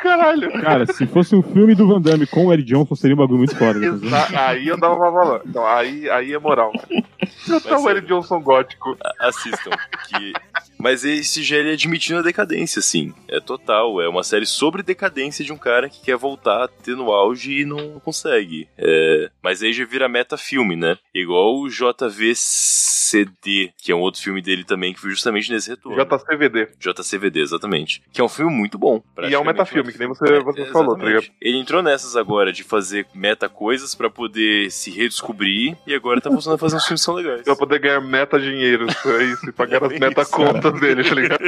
S3: Caralho.
S2: Cara, se fosse um filme do Van Damme com o Eric Johnson, seria um bagulho muito foda. né?
S3: Exa- aí eu dava uma valor. Então, aí, aí é moral. Eu
S5: Mas
S3: tô o L.
S5: sério.
S3: Johnson um gótico.
S5: assistam. que- Mas esse já ele admitindo a decadência, assim. É total. É uma série sobre decadência de um cara que quer voltar a ter no auge e não consegue. É, Mas aí já vira meta-filme, né? Igual o JVCD, que é um outro filme dele também, que foi justamente nesse retorno.
S3: JCVD.
S5: JCVD, exatamente. Que é um filme muito bom.
S3: E é um
S5: praticamente
S3: metafilme, que nem você, você
S5: é,
S3: falou, tá
S5: exatamente.
S3: ligado?
S5: Ele entrou nessas agora de fazer meta coisas pra poder se redescobrir e agora tá funcionando fazer uns filmes que são legais.
S3: Pra poder ganhar meta dinheiro. É isso, e pagar as meta contas dele, tá ligado?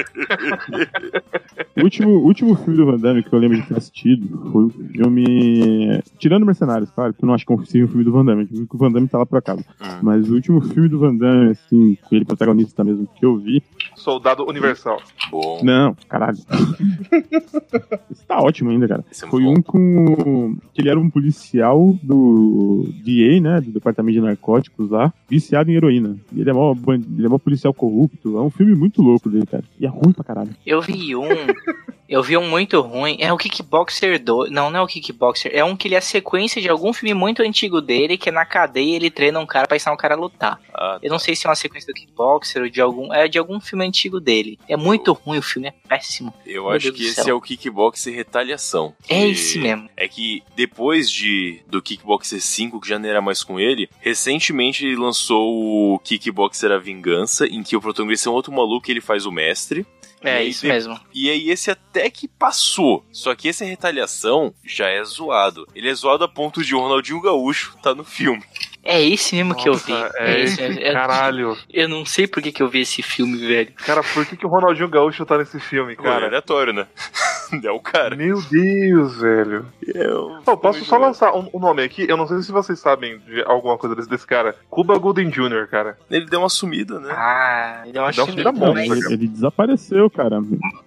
S2: O último, o último filme do Van Damme que eu lembro de ter assistido foi o filme. Tirando Mercenários, claro, que eu não acho que é um seja um filme do Van Damme, porque o Van Damme tá lá por acaso.
S5: Hum.
S2: Mas o último filme do Van Damme, assim, com ele protagonista mesmo, que eu vi.
S3: Soldado Universal.
S5: Bom,
S2: Não, caralho. Isso tá ótimo ainda, cara.
S5: esse é muito
S2: Foi
S5: bom.
S2: um com. que ele era um policial do DA, né? Do Departamento de Narcóticos lá, viciado em heroína. E ele é mó, ban- ele é mó policial corrupto. É um filme muito louco dele, cara. E é ruim pra caralho.
S4: Eu vi um. Eu vi um muito ruim. É o Kickboxer 2. Não, não é o Kickboxer. É um que ele é a sequência de algum filme muito antigo dele, que é na cadeia ele treina um cara pra ensinar um cara a lutar.
S5: Ah,
S4: Eu não sei se é uma sequência do Kickboxer ou de algum. É de algum filme antigo dele. É muito ruim o filme, é péssimo.
S5: Eu
S4: Meu
S5: acho
S4: Deus
S5: que
S4: do
S5: esse
S4: céu.
S5: é o Kickboxer Retaliação.
S4: É
S5: Que-
S4: esse mesmo.
S5: É que depois de do Kickboxer 5, que já não era mais com ele, recentemente ele lançou o Kickboxer A Vingança, em que o protagonista é um outro maluco e ele faz o mestre. E
S4: É
S5: aí
S4: isso
S5: de-
S4: mesmo.
S5: E aí esse até que passou. Só que esse Retaliação já é zoado. Ele é zoado a ponto de o Ronaldinho Gaúcho tá no filme.
S4: É esse mesmo que eu vi.
S3: Nossa,
S4: É
S3: é
S4: esse mesmo. Eu-
S3: Caralho.
S4: Eu não sei por que, que eu vi esse filme, velho.
S3: Cara, por que, que o Ronaldinho Gaúcho tá nesse filme,
S5: Cara,
S3: cara?
S5: aleatório, né? é o cara.
S3: Meu Deus, velho.
S5: Eu,
S3: Pô, posso só lançar um, um nome aqui? Eu não sei se vocês sabem de alguma coisa desse, desse cara. Cuba Golden Jr., cara.
S5: Ele deu uma sumida, né?
S4: Ah, eu
S3: Dá
S4: acho
S3: um
S4: que
S3: filho da
S2: Não,
S3: mãe,
S4: mas,
S2: ele, ele desapareceu, cara.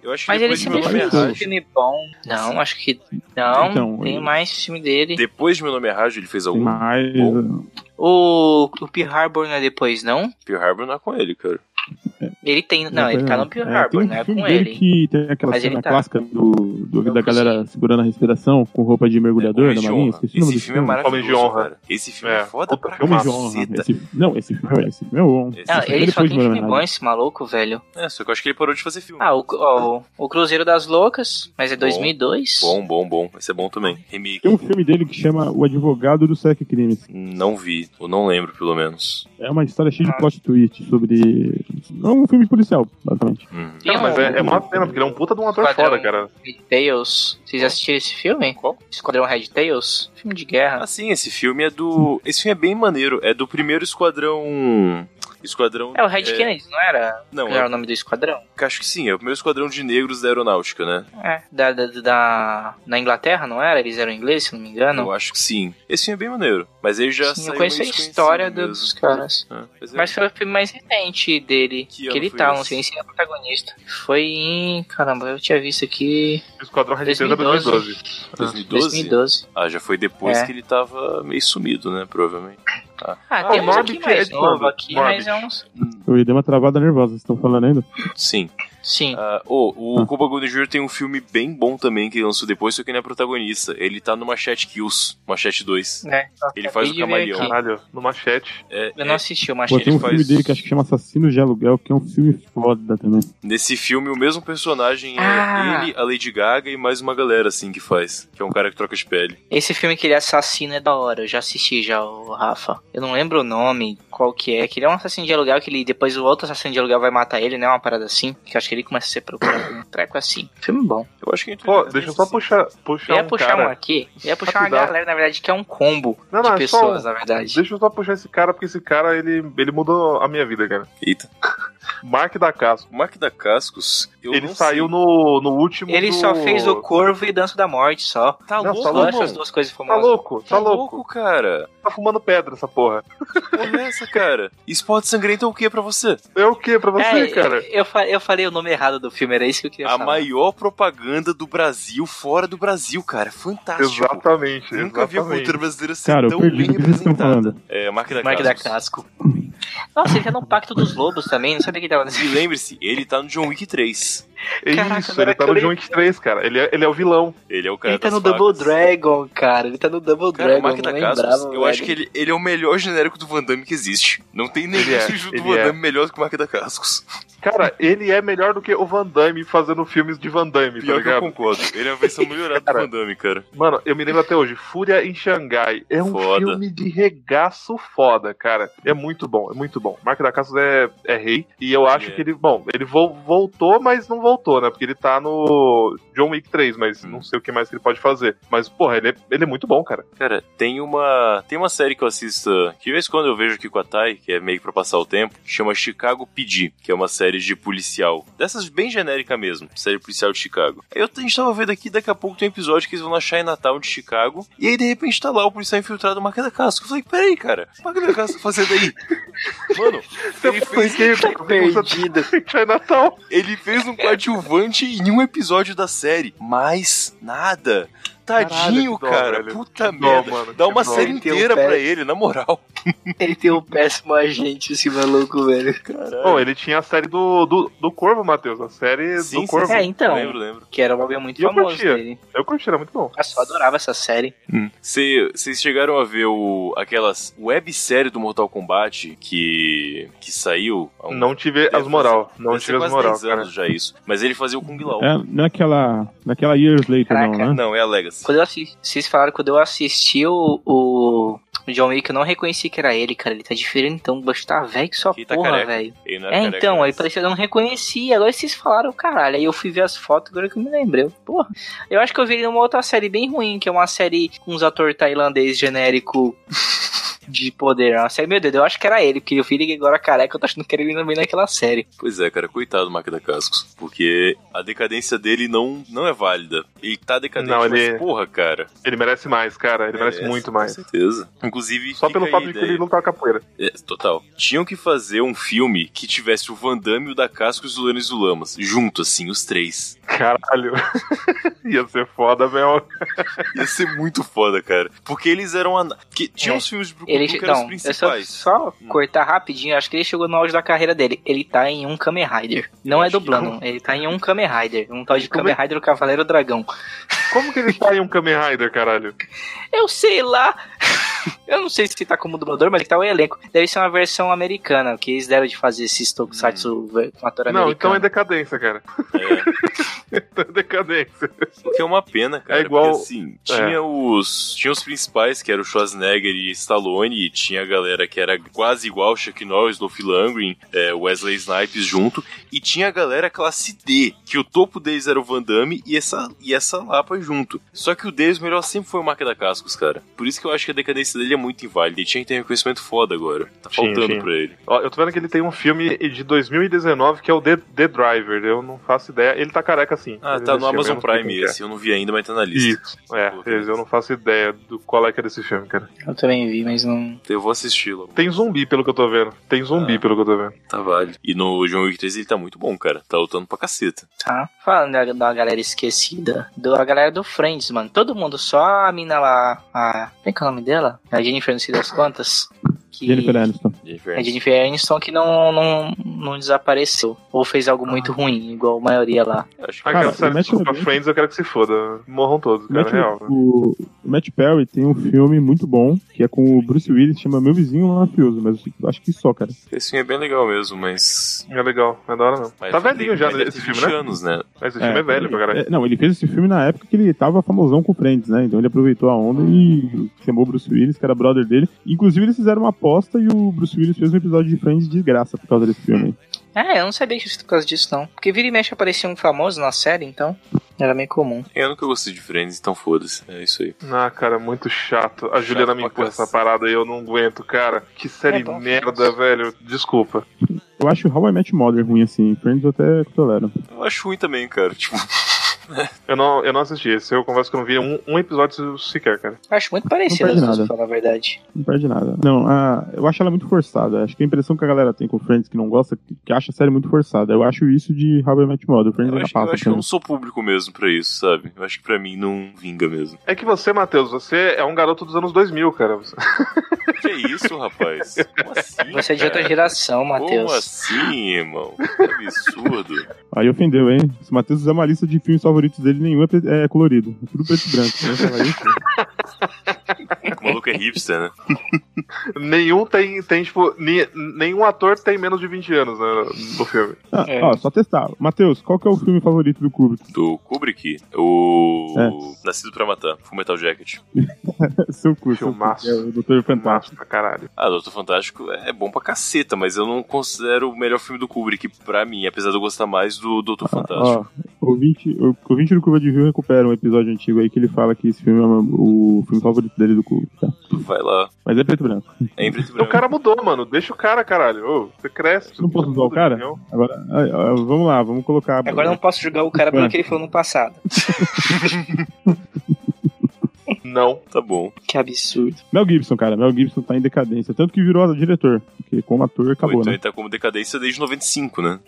S5: Eu acho que
S4: mas ele
S5: depois
S4: se
S5: de meu nome é
S4: definiu um
S5: Rádio.
S4: filme bom. Não, acho que. Não,
S2: Então,
S4: tem
S2: eu-
S4: mais filme dele.
S5: Depois de meu nome é Rádio, ele fez
S2: Tem
S5: algum.
S2: mais.
S5: Bom.
S4: O, o Pearl Harbor não é depois, não?
S5: Pearl Harbor não é com ele, cara.
S4: Ele tem. Não, ele tá no Pearl
S2: É, tem
S4: Harbor,
S2: um
S4: não é
S2: filme
S4: com
S2: dele
S4: ele.
S2: Que tem aquela
S4: Mas ele
S2: cena
S4: tá.
S2: clássica do, do-
S4: Eu
S2: da galera
S4: consigo.
S2: segurando a respiração com roupa de mergulhador
S4: É,
S5: Homem
S2: na
S5: de
S2: marinha.
S5: Honra.
S2: Esqueci o nome
S5: Esse
S2: do
S5: filme é
S3: Homem de
S5: maravilhoso,
S3: Honra.
S5: cara. Esse filme é,
S3: É.
S5: foda pra
S2: Homem de honra.
S5: caceta.
S2: né? Esse- não, esse filme, é- esse filme é bom.
S5: Esse
S4: Não,
S5: filme-
S4: ele só
S2: Depois
S4: tem
S2: de Mulher
S4: filme bom,
S2: Maravilha.
S4: esse maluco, velho.
S5: É, só que eu acho que ele parou de fazer filme.
S4: Ah, o, ó, o- o Cruzeiro das Loucas, mas é
S5: Bom,
S4: 2002.
S5: Bom, bom, bom. Esse é bom também. Remake.
S2: Tem um filme dele que chama O Advogado do Sec Crimes.
S5: Não vi, ou não lembro, pelo menos.
S2: É uma história cheia
S4: Ah.
S2: de plot twist sobre. É um filme policial, basicamente.
S5: Hum.
S4: Tem
S3: Cara, mas
S4: um-
S3: é, é uma pena, porque ele é um puta de um ator
S4: Esquadrão.
S3: foda, cara.
S4: Red Tails. Vocês já assistiram esse filme?
S5: Qual?
S4: Esquadrão Red Tails? Filme de guerra.
S5: Ah, sim, esse filme é do. Esse filme é bem maneiro. É do primeiro esquadrão. Esquadrão.
S4: É, o Red Kennedy, não era?
S5: Não,
S4: Não era
S5: é-
S4: o nome do esquadrão?
S5: acho que sim, é o primeiro esquadrão de negros da aeronáutica, né?
S4: É. Da, da, da, na Inglaterra, não era? Eles eram ingleses, se Ah, não me engano.
S5: Eu acho que sim. Esse filme é bem maneiro. Mas ele já
S4: Sim,
S5: saiu
S4: eu conheço a
S5: meio desconhecido
S4: história do-
S5: mesmo.
S4: dos caras.
S5: É, mas é-
S4: Mas foi o filme mais recente dele
S5: Que
S4: que,
S5: ano
S4: ele
S5: foi
S4: tá,
S5: esse?
S4: não sei nem se ele é protagonista. Foi em. Caramba, eu tinha visto aqui.
S3: Esquadrão Red Tails é
S4: 2012.
S3: 2012.
S5: 2012?
S4: 2012.
S5: Ah, já foi depois
S4: É.
S5: que ele tava meio sumido, né? Provavelmente.
S4: Ah,
S3: Ah,
S4: tem
S3: o
S4: uns aqui
S3: Morbid é
S4: mais
S3: de
S4: novo
S3: quando?
S4: aqui, mas é uns.
S2: Eu dei uma travada nervosa, vocês estão falando ainda?
S5: Sim.
S4: Sim.
S5: Ah, oh, o
S2: Ah.
S5: Cuba Golden Jr. tem um filme bem bom também que ele lançou depois, só que ele não é protagonista. Ele tá no Machete Kills, Machete 2.
S4: né?
S5: Ele faz
S4: Acabei
S5: o
S4: de ver
S5: camaleão.
S4: aqui.
S3: Caralho, no machete.
S5: É,
S4: Eu
S5: é,
S4: não assisti o
S2: Pô,
S5: Achei
S4: Machete.
S2: tem um
S5: ele
S2: filme
S5: faz-
S2: dele que acho que chama Assassino de Aluguel, que é um filme foda também.
S5: Nesse filme, o mesmo personagem é
S4: Ah.
S5: ele, a Lady Gaga e mais uma galera assim que faz. Que é um cara que troca de pele.
S4: Esse filme que ele assassina é da hora, eu já assisti já, o Rafa. Eu não lembro o nome, qual que é, que ele é um assassino de aluguel, que ele, depois o outro assassino de aluguel vai matar ele, né, uma parada assim, que eu acho que ele começa a ser procurado por um treco assim. Filme bom.
S5: Eu acho que entre
S3: Pô, deixa eu só
S5: assim.
S3: puxar, puxar
S4: Eu ia
S3: um
S4: puxar
S3: cara.
S4: um aqui, eu ia puxar uma
S3: Rapidão.
S4: galera, na verdade, que é um combo
S3: Não,
S4: de
S3: não, é só
S4: pessoas,
S3: um.
S4: na verdade.
S3: Deixa eu só puxar esse cara, porque esse cara, ele, ele mudou a minha vida, cara.
S5: Eita.
S3: Mark da Casco.
S5: O Mark da Cascos, eu
S3: Ele
S5: não
S3: saiu
S5: sei.
S3: no, no último
S4: Ele
S3: do-
S4: só fez o Corvo e Dança da Morte, só.
S5: Tá
S3: Não,
S5: louco,
S3: tá
S4: Só
S3: louco,
S5: irmão?
S4: essas duas coisas
S3: Tá
S4: famosas.
S3: louco, tá louco.
S5: cara.
S3: Tá fumando pedra essa porra.
S5: Porra é essa, cara? Esporte sangrento é o que pra você?
S3: É o que pra você,
S4: É,
S3: cara?
S4: Eu, fa- eu falei o nome errado do filme, era isso que eu queria
S5: A
S4: falar.
S5: maior propaganda do Brasil fora do Brasil, cara. Fantástico.
S3: Exatamente,
S5: Nunca vi a
S3: exatamente.
S5: cultura brasileira ser
S2: Cara, eu
S5: tão
S2: perdi
S5: bem
S2: do que vocês estão
S5: representada.
S2: falando.
S5: É, Mark da
S4: Mark da
S5: Cascos.
S4: Casco. Nossa, ele tá no Pacto dos Lobos também, não sabia que ele tava nesse
S5: E lembre-se, ele tá no John Wick 3.
S3: É
S4: Caraca,
S3: Isso,
S4: agora
S3: ele tá
S4: que eu
S3: no John Wick 3, cara. Ele é, ele é o vilão.
S5: Ele é o cara
S4: Ele tá
S5: das
S4: no
S5: facas.
S4: Double Dragon, cara. Ele tá no Double
S5: Cara,
S4: Dragon.
S5: o Mark
S4: não
S5: da Cascos,
S4: lembrava,
S5: eu
S4: velho.
S5: acho que ele, ele é o melhor genérico do Van Damme que existe. Não tem
S3: Ele
S5: nenhum
S3: é,
S5: sujo do
S3: ele
S5: Van
S3: é.
S5: Damme melhor do que o Mark da Cascos.
S3: Cara, ele é melhor do que o Van Damme fazendo filmes de Van Damme, tá
S5: Pior que eu
S3: ligado?
S5: concordo. Ele é uma versão melhorada do
S3: Cara.
S5: Van Damme, cara.
S3: Mano, eu me lembro até hoje, Fúria em Xangai. É um
S5: Foda.
S3: filme de regaço foda, cara. É muito bom, é muito bom. Mark da Casas é, é rei. E eu acho
S5: é.
S3: que ele, bom, ele vo- voltou, mas não voltou, né? Porque ele tá no John Wick 3, mas
S5: Hum.
S3: não sei o que mais que ele pode fazer. Mas, porra, ele é, ele é muito bom, cara.
S5: Cara, tem uma, tem uma série que eu assisto, que de vez em quando eu vejo aqui com a Thay, que é meio que pra passar o tempo, que chama Chicago PD, que é uma série de policial. Dessas bem genérica mesmo, série policial de Chicago. Aí eu, a gente tava vendo aqui, daqui a pouco tem um episódio que eles vão achar em Natal de Chicago, e aí de repente tá lá o policial infiltrado, o Mark da Casca. Eu falei, peraí, cara, o Mark da Casca tá fazendo aí? Mano,
S3: Então,
S5: ele fez, um,
S3: perdido. é Natal.
S5: ele fez um coadjuvante em um episódio da série, mas nada. Tadinho,
S3: Caralho, que dó,
S5: cara,
S3: velho.
S5: puta
S3: Que dó,
S5: merda.
S3: mano,
S5: Dá
S3: que
S5: uma
S3: dó.
S5: série
S4: Ele tem um
S5: inteira
S4: pé.
S5: pra ele, na moral.
S4: Ele tem um péssimo agente, esse maluco, velho.
S3: Bom, ele tinha a série do, do, do Corvo, Matheus. A série do Corvo.
S4: sim. É, então.
S5: Lembro, lembro.
S4: Que era um bagulho muito
S3: E eu
S4: famoso
S3: curtia.
S4: dele.
S3: Eu curti, era muito bom.
S4: Nossa, eu adorava essa série.
S5: Vocês chegaram a ver o, aquelas websérie do Mortal Kombat que, que saiu? há um-
S3: Não tive
S5: deve
S3: as moral. Não
S5: deve ser
S3: tive as
S5: quase
S3: moral,
S5: 10
S3: cara.
S5: anos já isso. Mas ele fazia o Kung Lao.
S2: É, não é aquela, naquela Years Later,
S4: Caraca.
S2: não, né?
S5: Não, é a Legacy.
S4: Quando eu assisti, vocês falaram, quando eu assisti o, o John Wick, eu não reconheci que era ele, cara. Ele tá diferentão, o bicho tá velho que só
S5: Que tá
S4: porra,
S5: careca.
S4: velho.
S5: Ele não era
S4: É,
S5: careca né?
S4: então, aí
S5: antes.
S4: parecia que eu não reconheci. Agora vocês falaram, caralho. Aí eu fui ver as fotos, agora que eu me lembrei. eu, Porra. Eu acho que eu vi ele numa outra série bem ruim, que é uma série com uns atores tailandês genérico de poder. Ó. Sério, meu Deus, eu acho que era ele, porque eu vi ele agora careca, eu tô achando que era ele também naquela série.
S5: Pois é, cara, coitado do Makeda Cascos, porque a decadência dele não, não é válida. Ele tá decadente,
S3: Não, ele-
S5: mas porra, cara.
S3: Ele merece mais, cara. Ele merece muito mais.
S5: Com certeza. Inclusive,
S3: Só
S5: fica
S3: pelo
S5: aí
S3: fato
S5: a
S3: de que
S5: ideia.
S3: ele não tá capoeira.
S5: É, total. Tinham que fazer um filme que tivesse o Van Damme, o da Casca e o Lorenzo Lamas. Junto, assim, os três.
S3: Caralho. Ia ser foda mesmo.
S5: Ia ser muito foda, cara. Porque eles eram. An... Que tinha
S4: É,
S5: uns filmes de Brucutu
S4: Ele,
S5: que eram
S4: não,
S5: os
S4: é eu só,
S5: principais. Hum.
S4: só cortar rapidinho, acho que ele chegou no auge da carreira dele. Ele tá em um Kamen Rider. Não é
S5: acho que
S4: dublando, ele tá em um Kamen Rider. Um tal de
S3: Como
S4: Kamen Rider o Cavaleiro Dragão.
S3: Como que ele tá em um Kamen Rider, caralho?
S4: Eu sei lá. Eu não sei se ele tá como dublador, mas ele tá o elenco. Deve ser uma versão americana, que eles deram de fazer esses tokusatsu com ator
S3: Não, então é
S4: americano.
S3: decadência, cara.
S5: É.
S3: Então é decadência.
S5: O que é uma pena, cara.
S3: É igual-
S5: Porque, assim, tinha, os, tinha os principais, que eram o Schwarzenegger e Stallone. E tinha a galera que era quase igual Chuck Norris, Dolph Lundgren, é, Wesley Snipes junto. E tinha a galera classe D, que o topo deles era o Van Damme e essa, e essa lapa junto. Só que o deles o melhor sempre foi o Marca da Cascos, cara. Por isso que eu acho que a decadência dele é muito inválida. E tinha que ter reconhecimento foda agora. Tá
S3: Tinha,
S5: faltando
S3: tinha.
S5: pra ele.
S3: Ó, eu tô vendo que ele tem um filme de 2019 que é o The, The Driver. Eu não faço ideia. Ele tá careca sim.
S5: Ah,
S3: Ele
S5: tá no
S3: existiu, eu
S5: Amazon
S3: não sei
S5: Prime
S3: quem que é.
S5: esse. Eu não vi ainda, mas tá na lista.
S3: Isso, é, eu não faço ideia do qual é que é desse filme, cara.
S4: Eu também vi, mas não.
S5: Eu vou assistir logo.
S3: Tem zumbi, pelo que eu tô vendo. Tem zumbi,
S5: Ah.
S3: pelo que eu tô vendo.
S5: Tá válido. E no John Wick 3 ele tá muito bom, cara. Tá lutando pra caceta.
S4: Tá. Falando da, da galera esquecida, do, a galera do Friends, mano. Todo mundo, só a mina lá. A, como é que é o nome dela? A Jennifer, não sei das quantas. Que,
S2: Jennifer Aniston.
S5: Jennifer
S4: a Jennifer Aniston que não, não, não desapareceu. Ou fez algo muito ruim, igual a maioria lá.
S5: Acho que
S3: Ah, cara,
S2: Cara,
S3: sério,
S2: mete
S3: desculpa,
S2: o dedo.
S3: Friends, eu quero que se foda. Morram todos,
S2: O
S3: cara,
S2: Matt,
S3: real. né?
S2: o, o Matt Perry tem um filme muito bom, que é com o Bruce Willis, chama Meu Vizinho Mafioso, mas eu acho que só, cara.
S5: esse filme é bem legal mesmo, mas...
S3: É legal, é da hora mesmo.
S5: mas
S3: tá velhinho
S5: tem-
S3: já
S5: mas deve
S3: nesse
S5: ter
S3: filme,
S5: 20
S3: né?
S5: anos, né?
S3: Mas esse filme é velho pra caralho.
S2: é, Não, ele fez esse filme na época que ele tava famosão com o Friends, né? Então ele aproveitou a onda e chamou o Bruce Willis, que era brother dele. Inclusive eles fizeram uma aposta e o Bruce Willis fez um episódio de Friends de graça por causa desse filme.
S4: É, eu não sabia que isso por causa disso, não. Porque vira e mexe aparecia um famoso na série, então. Era meio comum.
S5: Eu nunca gostei de Friends, então foda-se. É isso aí.
S3: Ah, cara, muito chato. A Juliana me
S5: pra
S3: impôs essa
S5: cacete.
S3: parada e eu não aguento, cara. Que série
S4: É bom.
S3: merda, velho. Desculpa.
S2: Eu acho How I Met Your Mother ruim, assim. Friends eu até tolero.
S5: Eu acho ruim também, cara. Tipo,
S3: Eu não, eu não assisti esse. Eu confesso que eu não vi um, um episódio sequer, cara.
S4: Acho muito parecido
S2: perde
S4: as duas, pra
S2: nada.
S4: falar a verdade.
S2: Não perde nada. né? Não, a- eu acho ela muito forçada. Acho que a impressão que a galera tem com Friends que não gosta, que, que acha a série muito forçada. Eu acho isso de How I Met Your Mother. Friends
S5: eu
S2: ainda
S5: acho, eu
S2: passa.
S5: acho que é um
S2: assim.
S5: eu não sou público mesmo pra isso, sabe? Eu acho que pra mim não vinga mesmo.
S3: É que você, Matheus, você é um garoto dos anos 2000, cara. Você-
S5: Que isso, rapaz? Como assim,
S4: Você é de outra
S5: cara?
S4: geração,
S5: Como
S4: Matheus.
S5: assim, irmão? Que absurdo.
S2: Aí ofendeu, hein? Se o Matheus usar uma lista de filmes favoritos dele, nenhum é, pre- é colorido. É tudo preto e branco. Né? Fala isso.
S5: O maluco é hipster, né?
S3: Nenhum tem, tem tipo, ni- nenhum ator tem menos de 20 anos né, no filme.
S2: Ah,
S4: É.
S2: Ó, só testar. Matheus, qual que é o filme favorito do Kubrick?
S5: Do Kubrick, o...
S4: É.
S5: Nascido pra Matar, Full Metal Jacket.
S2: Seu curso.
S3: Filmaço.
S2: É o Doutor Fantástico.
S3: Massa pra caralho.
S5: Ah, Doutor Fantástico é bom pra caceta, mas eu não considero o melhor filme do Kubrick pra mim, apesar de eu gostar mais do Doutor Fantástico.
S2: Ah,
S4: Ah,
S2: Ó, ouvinte, o ouvinte do Curva de Rio recupera um episódio antigo aí que ele fala que esse filme é uma- o filme favorito dele do Kubrick, tá?
S4: ah.
S5: Vai lá.
S2: Mas é preto e branco.
S5: É em preto e
S3: O
S5: branco.
S3: cara mudou, mano. Deixa o cara, caralho. Ô, você cresce.
S2: Não posso usar o cara? Agora, ah, ah, vamos lá, vamos colocar.
S4: Agora eu não posso julgar o cara pelo que ele falou no passado.
S3: Não.
S5: Tá bom.
S4: Que absurdo.
S2: Mel Gibson, cara. Mel Gibson tá em decadência. Tanto que virou diretor. Porque como ator
S5: Pô,
S2: acabou,
S5: então
S2: né?
S5: ele tá como decadência desde 95, né?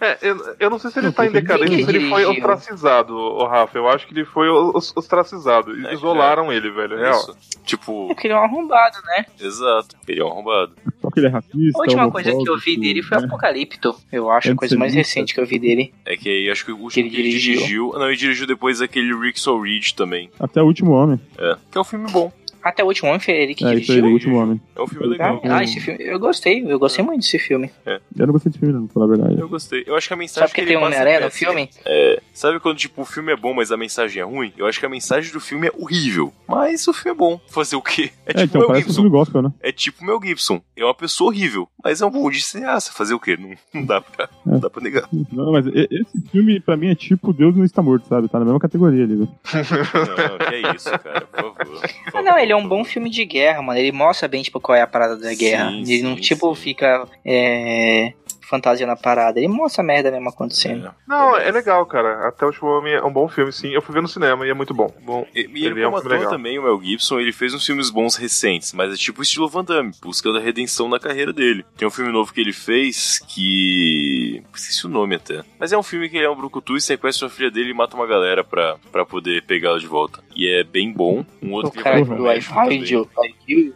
S3: É, eu, eu não sei se ele tá em decadência
S4: Quem
S3: ou
S4: que
S3: se ele foi
S4: dirigiu?
S3: ostracizado, o Rafa. Eu acho que ele foi os- ostracizado.
S5: É,
S3: Isolaram ele, velho.
S5: É
S3: Real.
S5: isso. Tipo,
S4: É porque ele é um arrombado, né?
S5: exato. Ele é um arrombado.
S2: Só que ele é racista.
S4: A última coisa que eu vi
S2: homofóbico,
S4: dele foi
S2: né?
S4: Apocalipto. Eu acho a coisa mais recente que eu vi dele.
S5: É que aí acho que o último
S4: Que ele
S5: que ele
S4: dirigiu.
S5: dirigiu. Não, ele dirigiu depois aquele Rick So Ridge também.
S2: Até o último homem.
S5: É. Que é um filme bom.
S4: Até o último homem foi ele que né?
S2: é, isso aí,
S4: dirigiu.
S2: o último homem.
S5: É um filme
S2: Ele
S5: legal.
S2: tá-
S4: Ah, esse filme. Eu gostei, eu gostei muito desse filme.
S2: Eu não gostei desse filme, não, pra falar a verdade.
S5: Eu gostei. Eu acho que a mensagem
S4: Sabe que
S5: que
S4: tem
S5: ele
S4: um
S5: passa é
S4: Homem-Aranha no
S5: péssima.
S4: filme?
S5: Sabe quando, tipo, o filme é bom, mas a mensagem é ruim? Eu acho que a mensagem do filme é horrível. Mas o filme é bom. Fazer o quê? É,
S2: É,
S5: tipo
S2: então
S5: Mel
S2: parece um
S5: Gibson.
S2: filme gospel, né?
S5: É tipo o Mel Gibson. É uma pessoa horrível, mas é um bom de cineasta. Fazer o quê? Não, não dá
S2: É.
S5: pra, não dá pra negar.
S2: Não, mas e- esse filme, pra mim, é tipo Deus não está morto, sabe? Tá na mesma categoria ali, velho.
S5: Não, que é isso, cara. Por favor. Por
S4: Ah,
S5: favor.
S4: não, ele é um bom filme de guerra, mano. Ele mostra bem, tipo, qual é a parada da
S5: Sim,
S4: guerra. Ele não,
S5: sim,
S4: tipo,
S5: sim.
S4: fica é, fantasia na parada. Ele mostra a merda mesmo acontecendo.
S5: É.
S3: Não, é legal, cara. Até o último homem é um bom filme, sim. Eu fui ver no cinema e é muito bom. Bom,
S5: E, e ele,
S3: Ele é um
S5: como
S3: filme
S5: ator
S3: legal.
S5: também, o Mel Gibson, ele fez uns filmes bons recentes, mas é tipo o estilo Van Damme, busca da redenção na carreira dele. Tem um filme novo que ele fez que. esqueci o nome até. Mas é um filme que ele é um brucutu e sequestra a filha dele e mata uma galera pra, pra poder pegá-la de volta. E é bem bom. Um outro
S4: O
S5: que
S4: cara
S5: vai
S2: vai
S5: pro
S4: do I
S5: médico também.
S4: Find You, I Kill You.